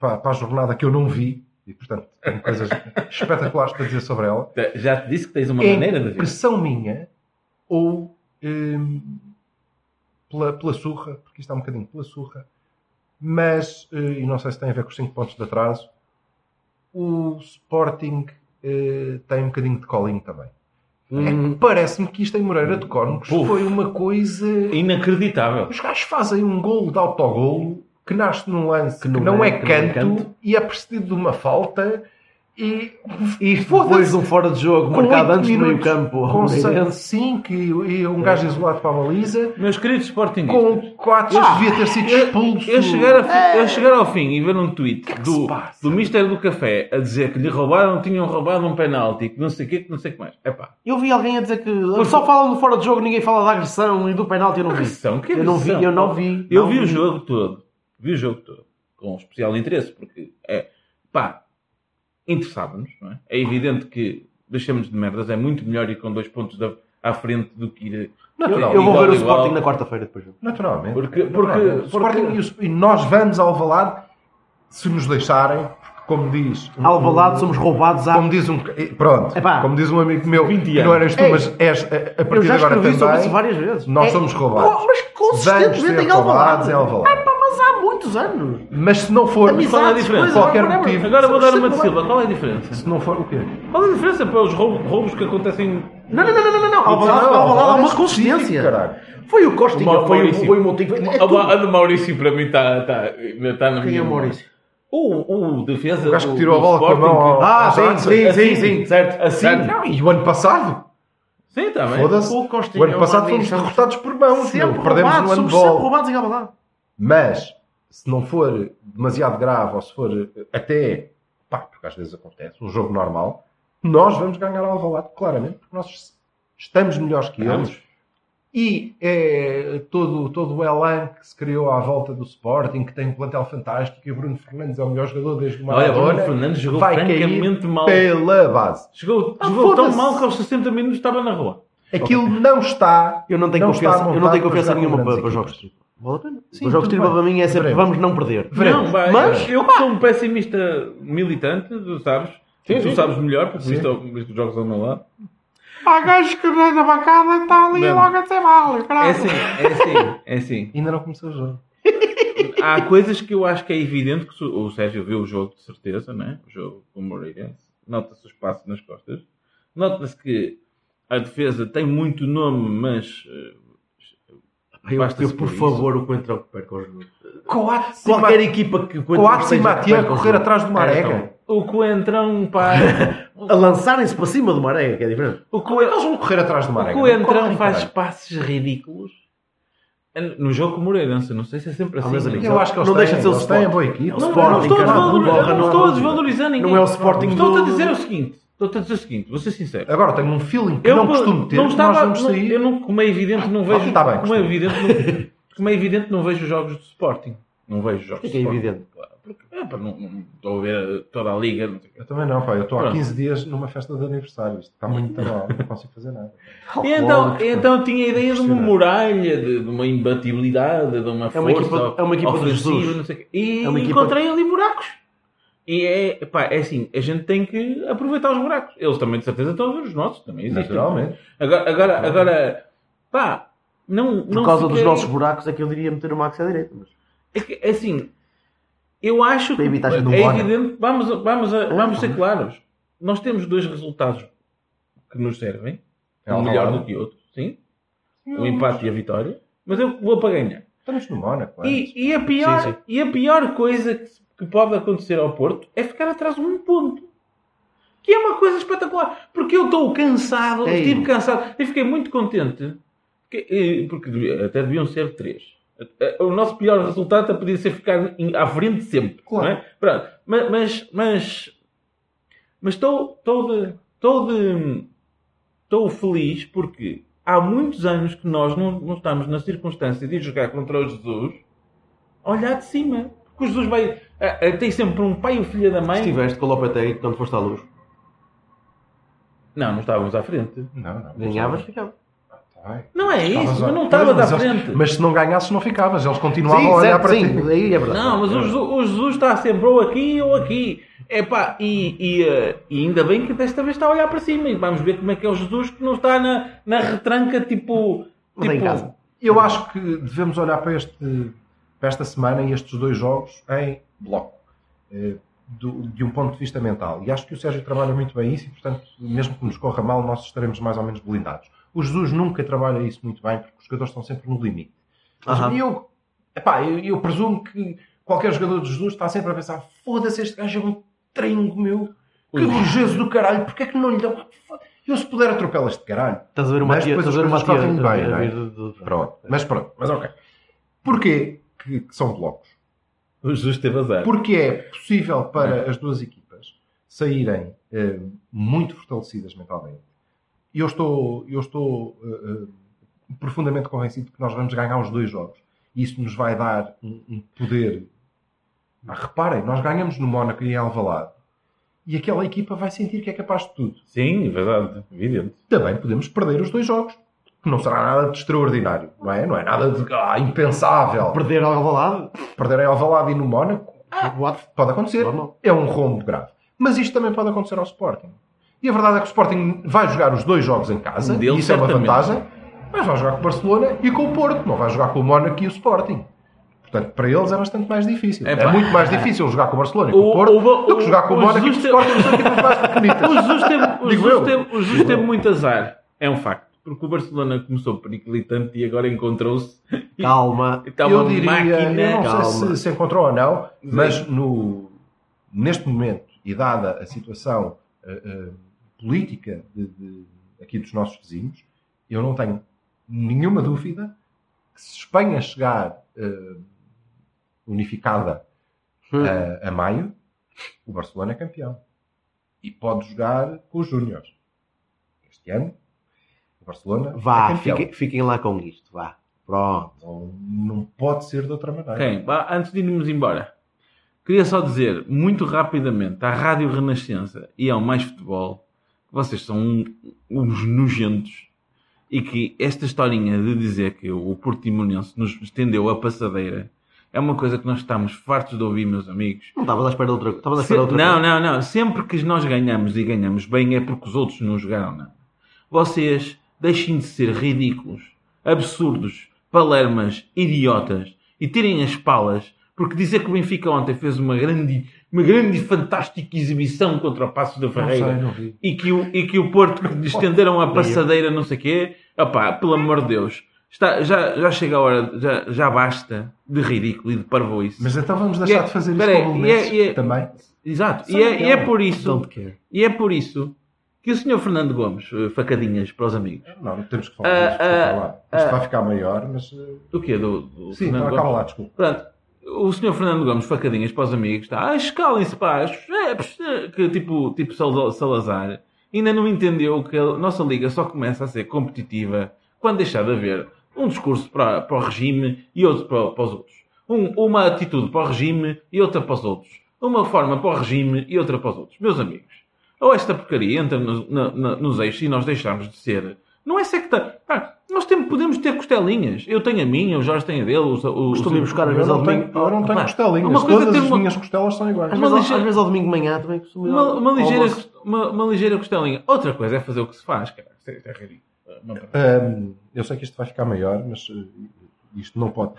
S2: para, para a jornada que eu não vi. E, portanto, tenho coisas espetaculares para dizer sobre ela.
S3: Te- Já te disse que tens uma
S2: É
S3: maneira de ver.
S2: pressão minha ou hum, pela, pela surra, porque isto é um bocadinho pela surra, mas, eh, e não sei se tem a ver com os 5 pontos de atraso, o Sporting eh, tem um bocadinho de colinho também. É que Parece-me que isto em Moreira de Cónicos
S3: Puf.
S2: foi uma coisa...
S3: Inacreditável.
S2: Os gajos fazem um golo de autogolo que nasce num lance que não, é,
S1: que não é
S2: canto,
S1: canto.
S2: e é precedido de uma falta e...
S1: E
S2: Foda-se.
S1: depois de um fora de jogo
S2: Com
S1: marcado
S2: oito
S1: antes do
S2: minutos,
S1: meio campo ao
S2: Com seis,
S1: Moreirense.
S2: sim, que, e um gajo isolado para a baliza.
S3: Meus queridos sportingistas.
S2: Com 4
S1: Ah,
S2: devia ter sido expulso.
S3: Eu,
S1: Hum.
S3: eu chegar a fi- eu chegar ao fim e ver um tweet
S1: é
S3: do,
S2: passa?
S3: do Mister do Café a dizer que lhe roubaram, tinham roubado um penalti, que não sei o que, que não sei o que mais. Epá,
S1: Eu vi alguém a dizer que só falam do fora de jogo, ninguém fala da agressão e do penalti. Eu não vi.
S3: agressão, que
S1: eu não vi,
S3: agressão,
S1: eu não
S3: pá.
S1: vi.
S3: eu
S1: não
S3: vi o jogo todo, vi o jogo todo, com especial interesse, porque é pá, interessava-nos, não é? É evidente que deixamos de merdas, é muito melhor ir com dois pontos da- à frente do que ir.
S1: Eu,
S2: Natural,
S1: eu vou
S3: Igual,
S1: ver o
S3: igual.
S1: Sporting na quarta-feira depois. do jogo.
S2: Naturalmente.
S3: Porque-
S2: Naturalmente.
S3: porque-
S2: O Sporting
S3: porque-
S2: E, o Sp- e nós vamos ao Alvalade se nos deixarem, porque como diz. um-
S1: Alvalade, somos roubados à...
S2: Como diz um. eh, Pronto.
S1: Epá.
S2: como diz um amigo meu,
S3: 20
S2: que não
S3: anos.
S2: eras tu,
S1: Ei,
S2: mas és eh, a
S1: Eu
S2: partir de
S1: já
S2: agora
S1: escrevi sobre isso
S2: também.
S1: várias vezes.
S2: Nós somos roubados.
S1: Oh, mas
S2: Vamos
S1: consistentemente
S2: ser
S1: em Alvalade.
S2: roubados em Alvalade.
S1: Ah, pá, mas há muitos anos.
S2: Mas se não for.
S1: Amizade.
S3: Qual é a
S1: Exato,
S3: diferença?
S1: coisa,
S2: qualquer
S1: whatever.
S2: motivo.
S3: Agora vou dar uma de
S1: Sempre
S3: Silva, qual é a diferença?
S2: Se não for o quê?
S3: Qual é a diferença para os roubos, roubos que acontecem
S1: Não, não, não, não, não, não. Alvalade,
S2: Não,
S1: Alvalade há
S2: Alvalade é
S1: uma
S2: específico,
S1: consistência.
S2: caralho.
S1: Foi o Costinha,
S3: Mau-
S1: foi, o,
S3: Maurício.
S1: foi o Montijo. foi- é
S3: A, ba- a
S1: tudo.
S3: do Maurício para mim está tá, ainda tá na
S1: Quem
S3: minha
S1: é o
S3: memória.
S1: Maurício?
S3: O, o defesa
S2: O gajo que
S3: do-
S2: tirou a
S3: do
S2: bola com a
S3: Sporting,
S2: mão
S3: que-
S2: ao-
S1: Ah,
S2: ao
S1: sim,
S2: Jackson.
S1: sim,
S3: Assim,
S1: sim, sim.
S3: Certo, assim.
S2: Não, e o ano passado?
S3: Sim, está bem.
S2: Foda-se.
S1: O Costinha
S2: O
S1: é
S2: ano
S1: uma
S2: passado fomos
S1: lixo.
S2: derrotados por mão.
S1: Sempre
S2: meu. Perdemos
S1: roubados,
S2: no ano de
S1: somos sempre
S2: bola.
S1: roubados em Alvalade.
S2: Mas, se não for demasiado grave, ou se for eh, até, pá, porque às vezes acontece, um jogo normal, nós vamos ganhar ao Alvalade, claramente, porque nós estamos melhores que
S3: Vamos.
S2: eles. E eh, todo, todo o elan que se criou à volta do Sporting, que tem um plantel fantástico, e o Bruno Fernandes é o melhor jogador desde o
S3: Olha, o Bruno
S2: Maradona,
S3: Fernandes jogou
S2: vai
S1: é
S3: francamente
S2: cair
S3: mal.
S2: pela base.
S3: Jogou,
S1: Ah,
S3: jogou tão
S1: foda-se.
S3: mal que aos 60 minutos estava na rua.
S2: Aquilo não está...
S1: Eu não tenho
S2: Não está
S1: confiança, eu não
S2: montado
S1: tenho
S2: para
S1: confiança
S2: jogar com
S1: nenhuma
S2: grandes
S1: para, para jogos de
S2: equipas.
S1: tribo. Vale a pena.
S2: Sim,
S1: Os jogos de
S2: tudo
S1: tribo para
S2: bem.
S1: mim é sempre
S2: Veremos.
S1: vamos não perder.
S2: Veremos.
S3: Não, vai,
S1: Mas-
S3: eu que sou um pessimista militante, tu sabes.
S1: Sim,
S3: tu
S1: sim.
S3: sabes melhor, porque
S2: Sim.
S3: viste viste os jogos ao meu lado.
S1: Há gajos que na bancada está ali
S3: Não. logo
S1: a dizer mal.
S3: É assim, é assim, é assim.
S2: Ainda não começou o jogo.
S3: há coisas que eu acho que é evidente que o o Sérgio viu o jogo de certeza, né? O jogo com o Moreirense. Nota-se o espaço nas costas. Nota-se que a defesa tem muito nome, mas eh,
S1: Eu,
S3: Basta-se
S1: eu, por
S3: por isso.
S1: favor, o Coentrão que perca os jogos.
S2: Coates e
S1: Qualquer
S2: Mate-
S1: equipa que o
S2: Coates e
S1: seja,
S2: Matia a
S1: perca os
S2: correr
S1: jogos.
S2: atrás de uma
S1: É,
S2: arega.
S1: então.
S3: o Coentrão, pá.
S1: A lançarem-se para cima do Marega, que é diferente.
S3: o Coen-
S2: Eles vão correr atrás de
S3: o
S2: Marega.
S3: Coentrão
S2: Correm,
S3: faz
S2: caralho.
S3: passes ridículos. É, No jogo com o Moreirense, não sei se é sempre
S1: Ah,
S3: assim.
S1: meus
S3: mas-
S1: amigos,
S2: Eu acho que eles
S1: Não
S2: têm,
S1: deixa de ser o
S2: eles têm a
S1: Sporting.
S2: boa equipe.
S1: o
S3: Não,
S1: Sporting,
S3: eu não estou a
S1: caralho,
S3: desvalor-
S1: não
S3: eu
S1: há
S3: não estou a
S1: dúvida.
S3: desvalorizar ninguém.
S1: Não é o Sporting
S3: Estou-te a
S1: do-
S3: dizer o seguinte. Estou-te a dizer o seguinte, vou ser sincero.
S2: Agora, tenho um feeling que não
S3: pa-
S2: costumo ter,
S3: não
S2: que
S3: estava-
S2: nós vamos
S3: não-
S2: sair.
S3: eu não, como é evidente, não vejo.
S2: tá bem,
S3: como, é
S2: costumo.
S3: evidente, não, como é evidente, não vejo os jogos do Sporting. Não vejo os jogos
S1: Fica
S3: do Sporting.
S1: É evidente.
S3: claro, Porque, é, pá, não, não estou a ver toda a liga. não sei o quê.
S2: Eu também não, pá. Eu estou há
S3: Pronto.
S2: 15 dias numa festa de aniversário. Isto está muito mal. Não consigo fazer nada.
S3: E então,
S2: Logo,
S3: e então tinha a ideia de uma muralha, de, de uma imbatibilidade, de uma
S1: É
S3: força
S1: uma equipa- é uma equipa de
S3: ofensiva,
S1: Jesus.
S3: não sei o quê. E
S1: É uma equipa-
S3: encontrei ali buracos. E é, pá, é assim, a gente tem que aproveitar os buracos. Eles também, de certeza, estão a ver os nossos. Também existem.
S2: Naturalmente.
S3: Agora, agora, agora, pá, não,
S1: Por
S3: não
S1: causa dos
S3: fiquei-
S1: nossos buracos é que eu diria meter o Max à direita. mas-
S3: É que, é assim, eu acho que
S1: Para evitar a gente não
S3: é
S1: olhar.
S3: evidente, vamos, a- vamos, a-
S1: Ah,
S3: vamos ser
S1: vamos.
S3: claros. Nós temos dois resultados que nos servem,
S2: É
S3: um
S2: Alvalade.
S3: melhor do que outro, sim, o empate e a vitória, mas eu vou para ganhar.
S2: Estamos no Mónaco. é.
S3: E, e a pior,
S1: Sim, sim.
S3: e a pior coisa que, se- que pode acontecer ao Porto é ficar atrás de um ponto. Que é uma coisa espetacular. Porque eu estou cansado,
S1: Ei.
S3: estive cansado e fiquei muito contente. Porque, eh, porque devia- até deviam ser três. Eh, O nosso pior resultado até podia ser ficar em- à frente sempre.
S2: Claro.
S3: não é? Pronto. Mas, mas, mas, mas estou, estou, de, estou, de, estou feliz porque há muitos anos que nós não, não estamos na circunstância de ir jogar contra o Jesus a olhar de cima. Porque o Jesus vai, eh, eh, tem sempre um pai e um filho da mãe.
S1: Estiveste com o Lopetegui quando foste à luz.
S3: Não, não estávamos à frente.
S2: Não, não.
S1: Ganhavas, ficava.
S2: Tá bem.
S3: Não é
S2: Estavas
S3: isso,
S2: a-
S3: mas não estava
S2: Pois,
S3: da
S2: mas eles-
S3: frente.
S2: Mas se não ganhasses, não ficavas. Eles continuavam
S1: Sim,
S2: a olhar
S1: certo,
S2: para
S1: sim,
S2: ti.
S1: aí é verdade.
S3: Não, mas o Jesu- o Jesus, está sempre ou aqui ou aqui. Epá, e, e, eh, e ainda bem que desta vez está a olhar para cima. E vamos ver como é que é o Jesus que não está na, na retranca tipo.
S1: Mas é em
S3: tipo-
S1: casa.
S2: Eu acho que devemos olhar para, este- para esta semana e estes dois jogos em bloco. eh, do- de um ponto de vista mental. E acho que o Sérgio trabalha muito bem isso e, portanto, mesmo que nos corra mal, nós estaremos mais ou menos blindados. O Jesus nunca trabalha isso muito bem porque os jogadores estão sempre no limite. Mas
S1: Aham.
S2: eu, epá, eu, eu presumo que qualquer jogador de Jesus está sempre a pensar: foda-se, este gajo é um trengo meu, que nojeso do caralho, porque é que não lhe dão. Eu, se puder, atropelo este caralho.
S1: Estás a ver uma
S2: Mas
S1: tia,
S2: depois
S1: estás a ver
S2: as
S1: uma tia.
S2: coisas correm bem,
S1: a- a
S2: não é?
S1: vir de- de- de-
S2: Pronto, mas pronto, mas ok. Porquê que, que são blocos?
S3: O Jesus teve azar.
S2: Porque é possível para as duas equipas saírem eh, muito fortalecidas mentalmente. E eu estou, eu estou eh, eh, profundamente convencido que nós vamos ganhar os dois jogos. E isso nos vai dar um, um poder. Ah, reparem, nós ganhamos no Mónaco e em Alvalade. E aquela equipa vai sentir que é capaz de tudo.
S3: Sim, é verdade, evidente.
S2: Também podemos perder os dois jogos. Que não será nada de extraordinário, não é? Não é nada de ah, impensável.
S1: Perder ao Alvalade,
S2: Perderem Alvalade e no Mónaco,
S3: Ah.
S1: what?
S2: Pode acontecer.
S1: Normal.
S2: É um rombo grave. Mas isto também pode acontecer ao Sporting. E a verdade é que o Sporting vai jogar os dois jogos em casa.
S3: Um deles,
S2: e isso é uma
S3: certamente.
S2: vantagem. Mas vai jogar com o Barcelona e com o Porto. Não vai jogar com o Mónaco e o Sporting. Portanto, para eles é bastante mais difícil. É,
S3: Epá.
S2: muito mais difícil jogar com o Barcelona e com
S3: O-
S2: o Porto
S3: o-
S2: do que jogar com o,
S3: o
S2: Mónaco e o
S3: Jesus
S2: Sporting, que são equipas mais pequenitas.
S3: O Jesus teve, o
S2: Digo eu.
S3: Jesus teve, o Jesus teve muito azar. É um facto. Porque o Barcelona começou periclitante e agora encontrou-se.
S1: Calma.
S3: Está Então, uma
S2: eu diria,
S3: máquina.
S2: eu não sei se
S1: Calma.
S2: se encontrou ou não,
S3: Sim.
S2: mas no, neste momento, e dada a situação eh, eh, política de- de- aqui dos nossos vizinhos, eu não tenho nenhuma dúvida que se Espanha chegar eh, unificada
S3: Hum.
S2: a, a maio, o Barcelona é campeão. E pode jogar com os Júniores. Este ano, o Barcelona é
S1: Vá,
S2: campeão.
S1: fiquem, fiquem lá com isto, vá. Pronto.
S2: Não, não pode ser de outra maneira.
S3: Ok, vá, antes de irmos embora, queria só dizer muito rapidamente à Rádio Renascença e ao Mais Futebol que vocês são um- uns nojentos e que esta historinha de dizer que o Portimonense nos estendeu a passadeira é uma coisa que nós estamos fartos de ouvir, meus amigos.
S1: Não estavas à espera de outra coisa. Estavas à
S3: Se-
S1: espera de outra
S3: não,
S1: coisa.
S3: não, não. Sempre que nós ganhamos e ganhamos bem é porque os outros não jogaram nada. Vocês deixem de ser ridículos, absurdos, palermas, idiotas e tirem as palas, porque dizer que o Benfica ontem fez uma grande, uma grande e fantástica exibição contra o Passo da
S2: Não sei,
S3: Ferreira
S2: não vi.
S3: e que o, e que o Porto que lhe estenderam a passadeira, não sei quê, opá, pelo amor de Deus. Está, já, já chega a hora, já, já basta de ridículo e de parvoíce.
S2: Mas então vamos deixar
S3: E é-
S2: de fazer
S3: peraí,
S2: isso com Bolonenses
S3: e é- e é-
S2: também.
S3: Exato.
S2: São
S3: E é, e é
S2: aquelas.
S3: por isso,
S1: um. Don't care.
S3: e é por isso que o Sr. Fernando Gomes, eh, facadinhas para os amigos.
S2: Não, temos que falar
S3: Ah,
S2: disto, desculpa
S3: ah,
S2: lá. Isto
S3: ah.
S2: vai ficar maior, mas... eh,
S3: Do quê? Do, do
S2: Sim,
S1: tá
S3: Fernando
S2: então acaba
S3: Gomes?
S2: lá, desculpa.
S3: Pronto. O Sr. Fernando Gomes, facadinhas para os amigos, está. Ah, escalem-se, pá. É, pss, é", que, tipo, tipo Sal- Salazar ainda não entendeu que a nossa liga só começa a ser competitiva quando deixar de haver um discurso para, para o regime e outro para, para os outros. Um- uma atitude para o regime e outra para os outros. Uma forma para o regime e outra para os outros. Meus amigos, ou esta porcaria entra nos, na- na- nos eixos e nós deixamos de ser. Não é secta. Ah, nós temos, podemos ter costelinhas. Eu tenho a minha, o Jorge tem a dele, o, Sa- o,
S1: Costumo ir
S3: o-
S1: buscar às
S2: Eu
S1: vezes ao
S2: não
S1: domingo.
S2: tenho, eu não tenho
S3: Pá,
S2: costelinhas.
S3: uma coisa
S2: Todas
S3: tem
S2: as
S3: uma-
S2: minhas costelas são iguais.
S1: Às
S3: Uma
S1: vezes, ao-
S3: ligeira-
S1: às vezes ao domingo de manhã também costumo ir
S3: Uma,
S1: ao-
S3: uma
S1: ao
S3: ligeira,
S1: almoço.
S3: uma, uma ligeira costelinha. Outra coisa é fazer o que se faz, cara. Isto é- isto é ridículo. Uma-
S2: Ahm, eu sei que isto vai ficar maior, mas eh, isto não pode...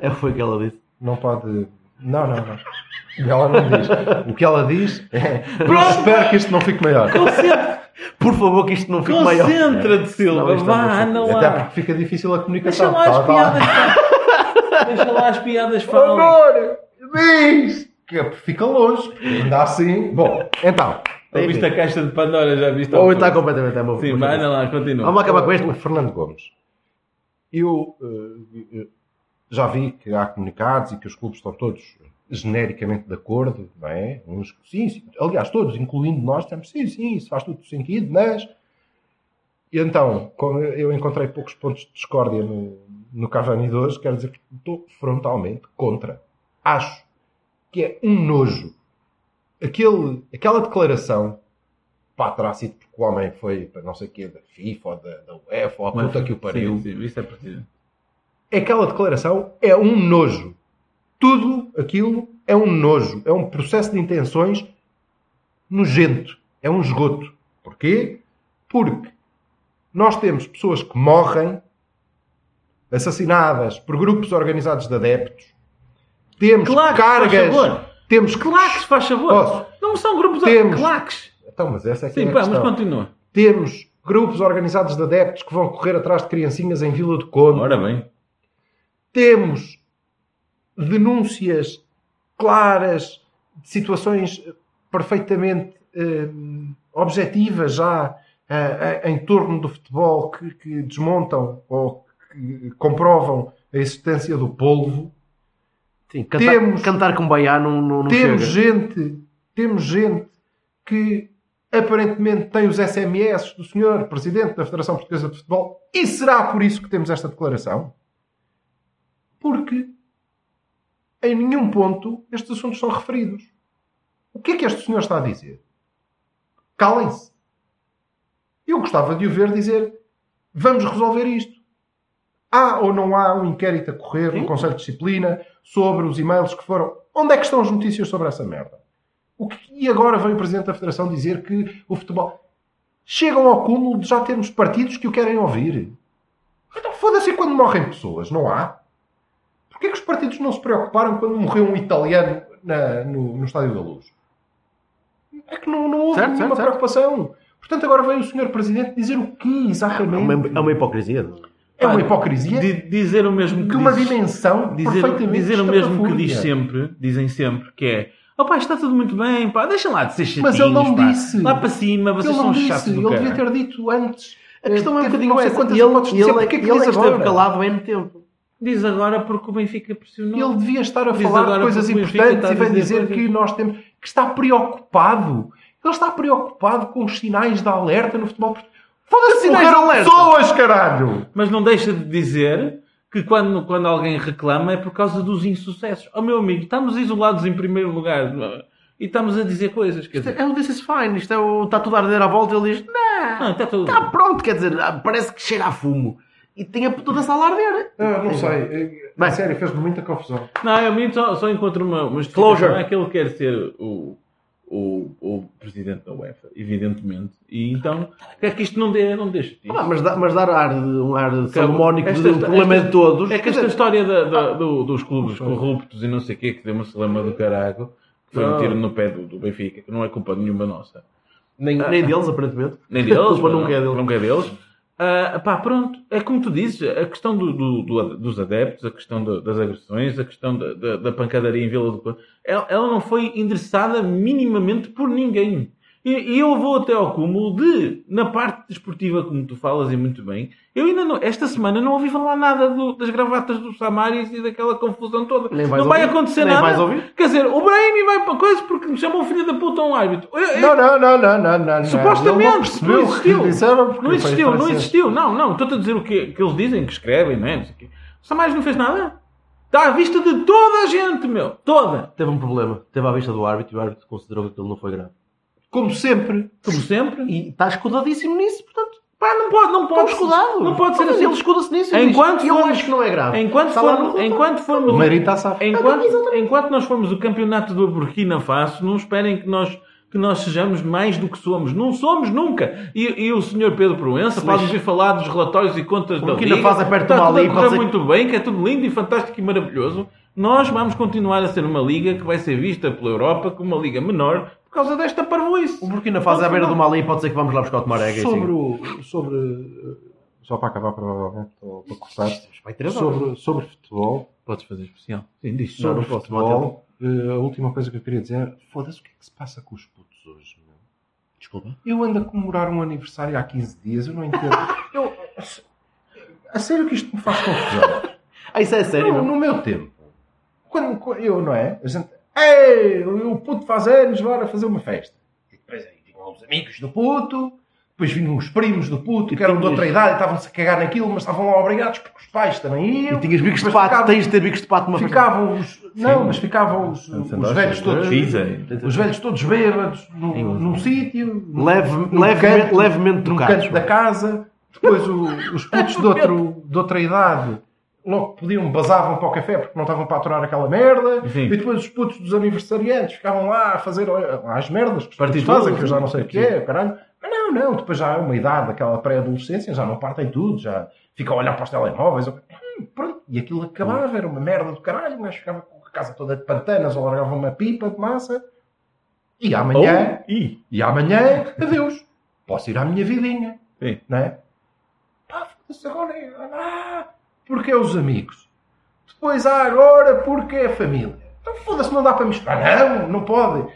S1: É, foi o que ela disse.
S2: Não pode... Não, não, não. Ela não diz. O que ela diz é... Eu
S3: Pronto.
S2: espero que isto não fique maior.
S3: Concentra-
S1: Por favor, que isto não fique maior.
S3: Concentra-te,
S1: Não,
S3: Silva.
S1: isto é
S3: Vá, anda
S1: muito difícil.
S2: Até
S3: lá.
S2: porque fica difícil a
S3: Deixa
S2: comunicação.
S3: lá as
S2: Tá, Oh, tá.
S3: piadas. Deixa lá as piadas falem.
S2: Amor, diz! que fica longe, ainda assim. Bom, então.
S3: Já viste a caixa de Pandora, já viste
S1: Ou está completamente é à mão.
S3: Sim, vai, anda lá, continua.
S1: Vamos acabar com este.
S2: O Fernando Gomes. Eu eh, eh, já vi que há comunicados e que os clubes estão todos genericamente de acordo, não é? Uns, sim, sim, aliás, todos, incluindo nós, estamos, sim, sim, isso faz tudo sentido, mas. E então, como eu encontrei poucos pontos de discórdia no, no Cavani de hoje, quero dizer que estou frontalmente contra. Acho que é um nojo. Aquele, aquela declaração, pá, terá sido porque o homem foi para não sei o quê, da FIFA ou da, da UEFA ou a puta que o pariu.
S3: Sim, sim, isso é preciso.
S2: Aquela declaração é um nojo. Tudo aquilo é um nojo. É um processo de intenções nojento. É um esgoto. Porquê? Porque nós temos pessoas que morrem assassinadas por grupos organizados de adeptos. Temos
S3: Claro,
S2: cargas.
S3: faz favor.
S2: Temos
S3: Claques, faz favor.
S2: Posso?
S3: Não são grupos
S2: Temos.
S3: claques.
S2: Então, mas essa é que é
S3: Sim,
S2: a
S3: pá, mas
S2: questão.
S3: continua.
S2: Temos grupos organizados de adeptos que vão correr atrás de criancinhas em Vila do Conde.
S3: Ora bem.
S2: Temos denúncias claras de situações eh, perfeitamente eh, objetivas já eh, em torno do futebol que, que desmontam ou que comprovam a existência do polvo.
S1: Sim, cantar,
S2: Temos-
S1: cantar com baiá não, não, não
S2: temos
S1: chega.
S2: gente, temos gente que aparentemente tem os SMS do senhor presidente da Federação Portuguesa de Futebol e será por isso que temos esta declaração? Porque em nenhum ponto estes assuntos são referidos. O que é que este senhor está a dizer? Calem-se. Eu gostava de o ver dizer: vamos resolver isto. Há ou não há um inquérito a correr no Conselho de Disciplina sobre os e-mails que foram. Onde é que estão as notícias sobre essa merda? O que... E agora vem o Presidente da Federação dizer que o futebol. Chegam ao cúmulo de já termos partidos que o querem ouvir. Então foda-se quando morrem pessoas, não há? Porquê é que os partidos não se preocuparam quando morreu um italiano na- no, no Estádio da Luz? É que não, não houve
S1: Certo,
S2: nenhuma
S1: certo, certo.
S2: preocupação. Portanto, agora vem o Sr. Presidente dizer o quê exatamente?
S1: É uma, é uma hipocrisia. não é?
S2: É uma
S3: Pá,
S2: hipocrisia de,
S3: di- dizer o mesmo que
S2: uma
S3: diz-
S2: dimensão
S3: dizer,
S2: perfeitamente é
S3: dizer o mesmo que diz
S2: estapafúrdia.
S3: sempre, dizem sempre, que é oh, pá, está tudo muito bem, pá, deixa lá de ser chatinhos,
S2: Mas ele não
S3: pá.
S2: disse.
S3: Lá para cima,
S2: Ele
S3: vocês
S2: não
S3: são chatos
S2: disse,
S3: do
S2: ele devia
S3: caralho.
S2: ter dito antes.
S1: A questão é um
S2: Teve
S1: bocadinho
S2: não sei
S1: essa.
S2: quantas
S1: Ele, ele,
S2: hipóteses de dizer, porque é que
S1: ele
S2: diz
S1: é que
S2: agora?
S1: esteve calado N tempo.
S3: Diz agora porque o Benfica pressionou.
S2: Ele devia estar a
S3: Diz
S2: falar
S3: agora
S2: de coisas
S3: porque o Benfica
S2: importantes
S3: está a
S2: e vem
S3: dizer
S2: dizer
S3: coisas-
S2: que nós temos que está preocupado. Ele está preocupado com os sinais de alerta no futebol. português. Foda-se
S1: sinais
S2: sinais
S1: de
S2: de
S1: alerta?
S2: pessoas, caralho!
S3: Mas não deixa de dizer que quando, quando alguém reclama é por causa dos insucessos. Oh meu amigo, estamos isolados em primeiro lugar não é? e estamos a dizer coisas. Quer dizer,
S1: É o This is fine. Isto é o, está tudo a arder à volta. Ele diz:
S2: é
S1: Não,
S3: não, está tudo.
S1: está pronto. Quer dizer, ah, parece que cheira a fumo. E tem a toda a sala a arder.
S2: Ah, não sei. Eh,
S1: Bem.
S2: sério, fez-me muita confusão.
S3: Não, eu mim só, só encontro uma, uma
S1: Closure.
S3: É que ele quer ser o, o, o presidente da UEFA, evidentemente. E então, é que isto não, dê, não deixa disso.
S1: Tá Ah, mas, dá- mas dar ar de- um ar de
S3: Acabou.
S1: salomónico
S3: Esta-
S1: do
S3: esta-
S1: problema
S3: esta-
S1: de todos.
S3: É que
S1: Quer
S3: esta
S1: dizer, ah.
S3: história da- da- do- dos clubes corruptos e não sei o quê, que deu uma celema do carago, que foi um
S1: Não.
S3: tiro no pé do, do Benfica, que não é culpa nenhuma nossa.
S1: nem, nem é deles, aparentemente.
S3: Nem deles,
S1: Culpa nunca é
S3: não-
S1: deles.
S3: nunca é deles. Ah, pá, pronto, é como tu dizes, a questão do- do- do- dos adeptos, a questão da- das agressões, a questão da, da- da pancadaria em Vila do Conde, ela, ela não foi endereçada minimamente por ninguém. E, e eu vou até ao cúmulo de, na parte desportiva, como tu falas e muito bem, eu ainda não, esta semana não ouvi falar nada do- das gravatas do Samaris e daquela confusão toda.
S1: Nem vais
S3: não vai
S1: ouvir,
S3: acontecer
S1: nem
S3: nada.
S1: vais ouvir.
S3: Quer dizer, o Brahim vai para coisa porque me chamou filho da puta a um árbitro. Eu- eu-
S2: Não, não, não, não, não, não.
S3: Supostamente,
S2: É, Ele
S3: não,
S2: não percebeu o que
S3: existiu.
S2: lhe disseram porque
S3: não
S2: foi
S3: existiu, não
S2: francês.
S3: existiu. Não, não, estou-te a dizer o que, que eles dizem, que escrevem, não é? Não sei o quê. O Samaris não fez nada. Está à vista de toda a gente, meu. Toda.
S1: Teve um problema. Teve à vista do árbitro e o árbitro considerou que aquilo não foi grave.
S2: Como sempre.
S3: Como sempre.
S1: E está escudadíssimo nisso, portanto.
S3: Pá, não pode, não pode.
S1: Estão escudados.
S3: Não pode ser
S1: Mas
S3: assim.
S1: Ele escuda-se nisso. e diz,
S3: Enquanto
S1: eu
S3: formos-
S1: acho que não é grave.
S3: Enquanto
S1: Está lá
S3: formos-
S1: no-
S3: enquanto formos-
S2: O Marinho está safado.
S3: Enquanto, enquanto nós formos o campeonato do Burkina Faso, não esperem que nós, que nós sejamos mais do que somos. Não somos nunca. E, e o senhor Pedro Proença faz ouvir falar dos relatórios e contas da
S1: Burkina
S3: Liga.
S1: Faso
S3: Está
S1: aperta uma
S3: tudo a
S1: ali,
S3: correr
S1: pode ser-
S3: muito bem, que é tudo lindo e fantástico e maravilhoso. Nós vamos continuar a ser uma liga que vai ser vista pela Europa como uma liga menor por causa desta parvoíce.
S1: O Burkina Faso à beira do Mali pode ser que vamos lá buscar o Tomarega. e
S2: sobre
S1: assim.
S2: o, sobre, eh, só para acabar provavelmente, ou para cortar,
S1: Vai três horas.
S2: sobre, sobre futebol,
S3: Podes fazer especial. Sim, diz.
S2: sobre
S3: não posso, não
S2: futebol, eh, a última coisa que eu queria dizer, foda-se, o que é que se passa com os putos hoje, meu?
S1: Desculpa.
S2: Eu ando a comemorar um aniversário há 15 dias, eu não entendo. Eu- a sério que isto me faz confusão.
S1: Ah, isso é sério,
S2: Não,
S1: meu?
S2: no meu tempo, quando, quando- eu, não é? A gente, ei, o puto faz anos, bora fazer uma festa. E depois aí vinham os amigos do puto, depois vinham os primos do puto, que eram de outra idade, e estavam-se a cagar naquilo, mas estavam lá obrigados, porque os pais também iam.
S1: E tinhas bicos de
S2: Mas
S1: pato,
S2: ficava-
S1: tens de ter bicos de pato numa
S2: Ficavam os. Não, mas ficavam os, os velhos todos.
S4: Dizem.
S2: Os velhos todos bêbados, num, num sítio. num-
S1: Leve-
S2: num
S1: levemente-
S2: canto,
S1: levemente
S2: num
S1: trocados,
S2: canto da casa. Depois o- os putos de, outro, de outra idade logo podiam, basavam para o café porque não estavam para aturar aquela merda.
S3: Sim.
S2: E depois os putos dos aniversariantes ficavam lá a fazer olha, as merdas que os putos
S3: Partidos.
S2: fazem, que eu já não sei o que é, caralho. Mas não, não, depois já é uma idade, aquela pré-adolescência, já não partem tudo, já ficam a olhar para os telemóveis. Hum, Pronto, e aquilo acabava, era uma merda do caralho, mas ficava com a casa toda de pantanas, ou largava uma pipa de massa. E amanhã,
S4: Ih,
S2: e amanhã, adeus. Posso ir à minha vidinha.
S3: Sim.
S2: Não é? Pá, foda-se agora. é- Ah, porque é os amigos. Depois há agora porque é a família. Então foda-se, não dá para misturar. Ah, Não, não pode.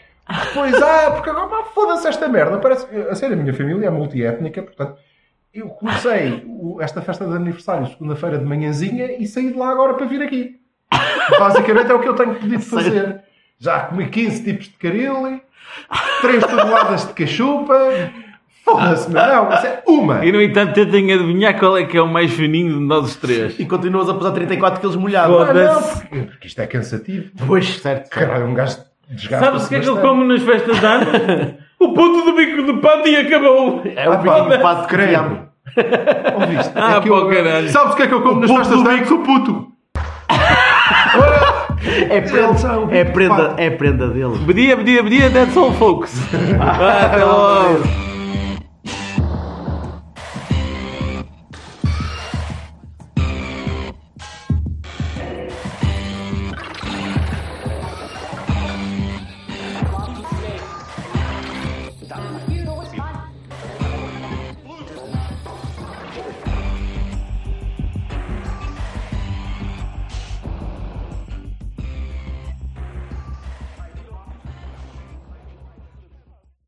S2: Depois há, porque agora pá, foda-se esta merda. Parece, a sério, a minha família é multiétnica, portanto. Eu comecei o- esta festa de aniversário segunda-feira de manhãzinha e saí de lá agora para vir aqui. Basicamente é o que eu tenho pedido fazer. Já comi 15 tipos de caril, 3 toneladas de cachupa. Foda-se, meu. Não, isso é uma.
S3: E no entanto tentem adivinhar qual é que é o mais fininho de nós os três.
S1: E continuas a pesar 34 quilos molhado.
S2: Ah, não,
S3: Foda-se.
S2: porque, porque isto é cansativo.
S1: Pois, certo.
S2: Caralho, um gajo desgasta.
S3: Sabes o que é que ele come nas festas de ano? o puto do bico de pato e acabou.
S1: É o biquinho de pato que criamos.
S2: Ouviste? É
S3: Ah,
S2: que
S3: pá,
S2: eu-
S3: caralho.
S2: Sabes o que é que eu como nas
S1: puto
S2: festas
S1: do
S2: de anos? O puto.
S1: É prenda, é prenda, é prenda dele.
S3: Bedia, bedia, bedia, that's all folks. Ah, até logo.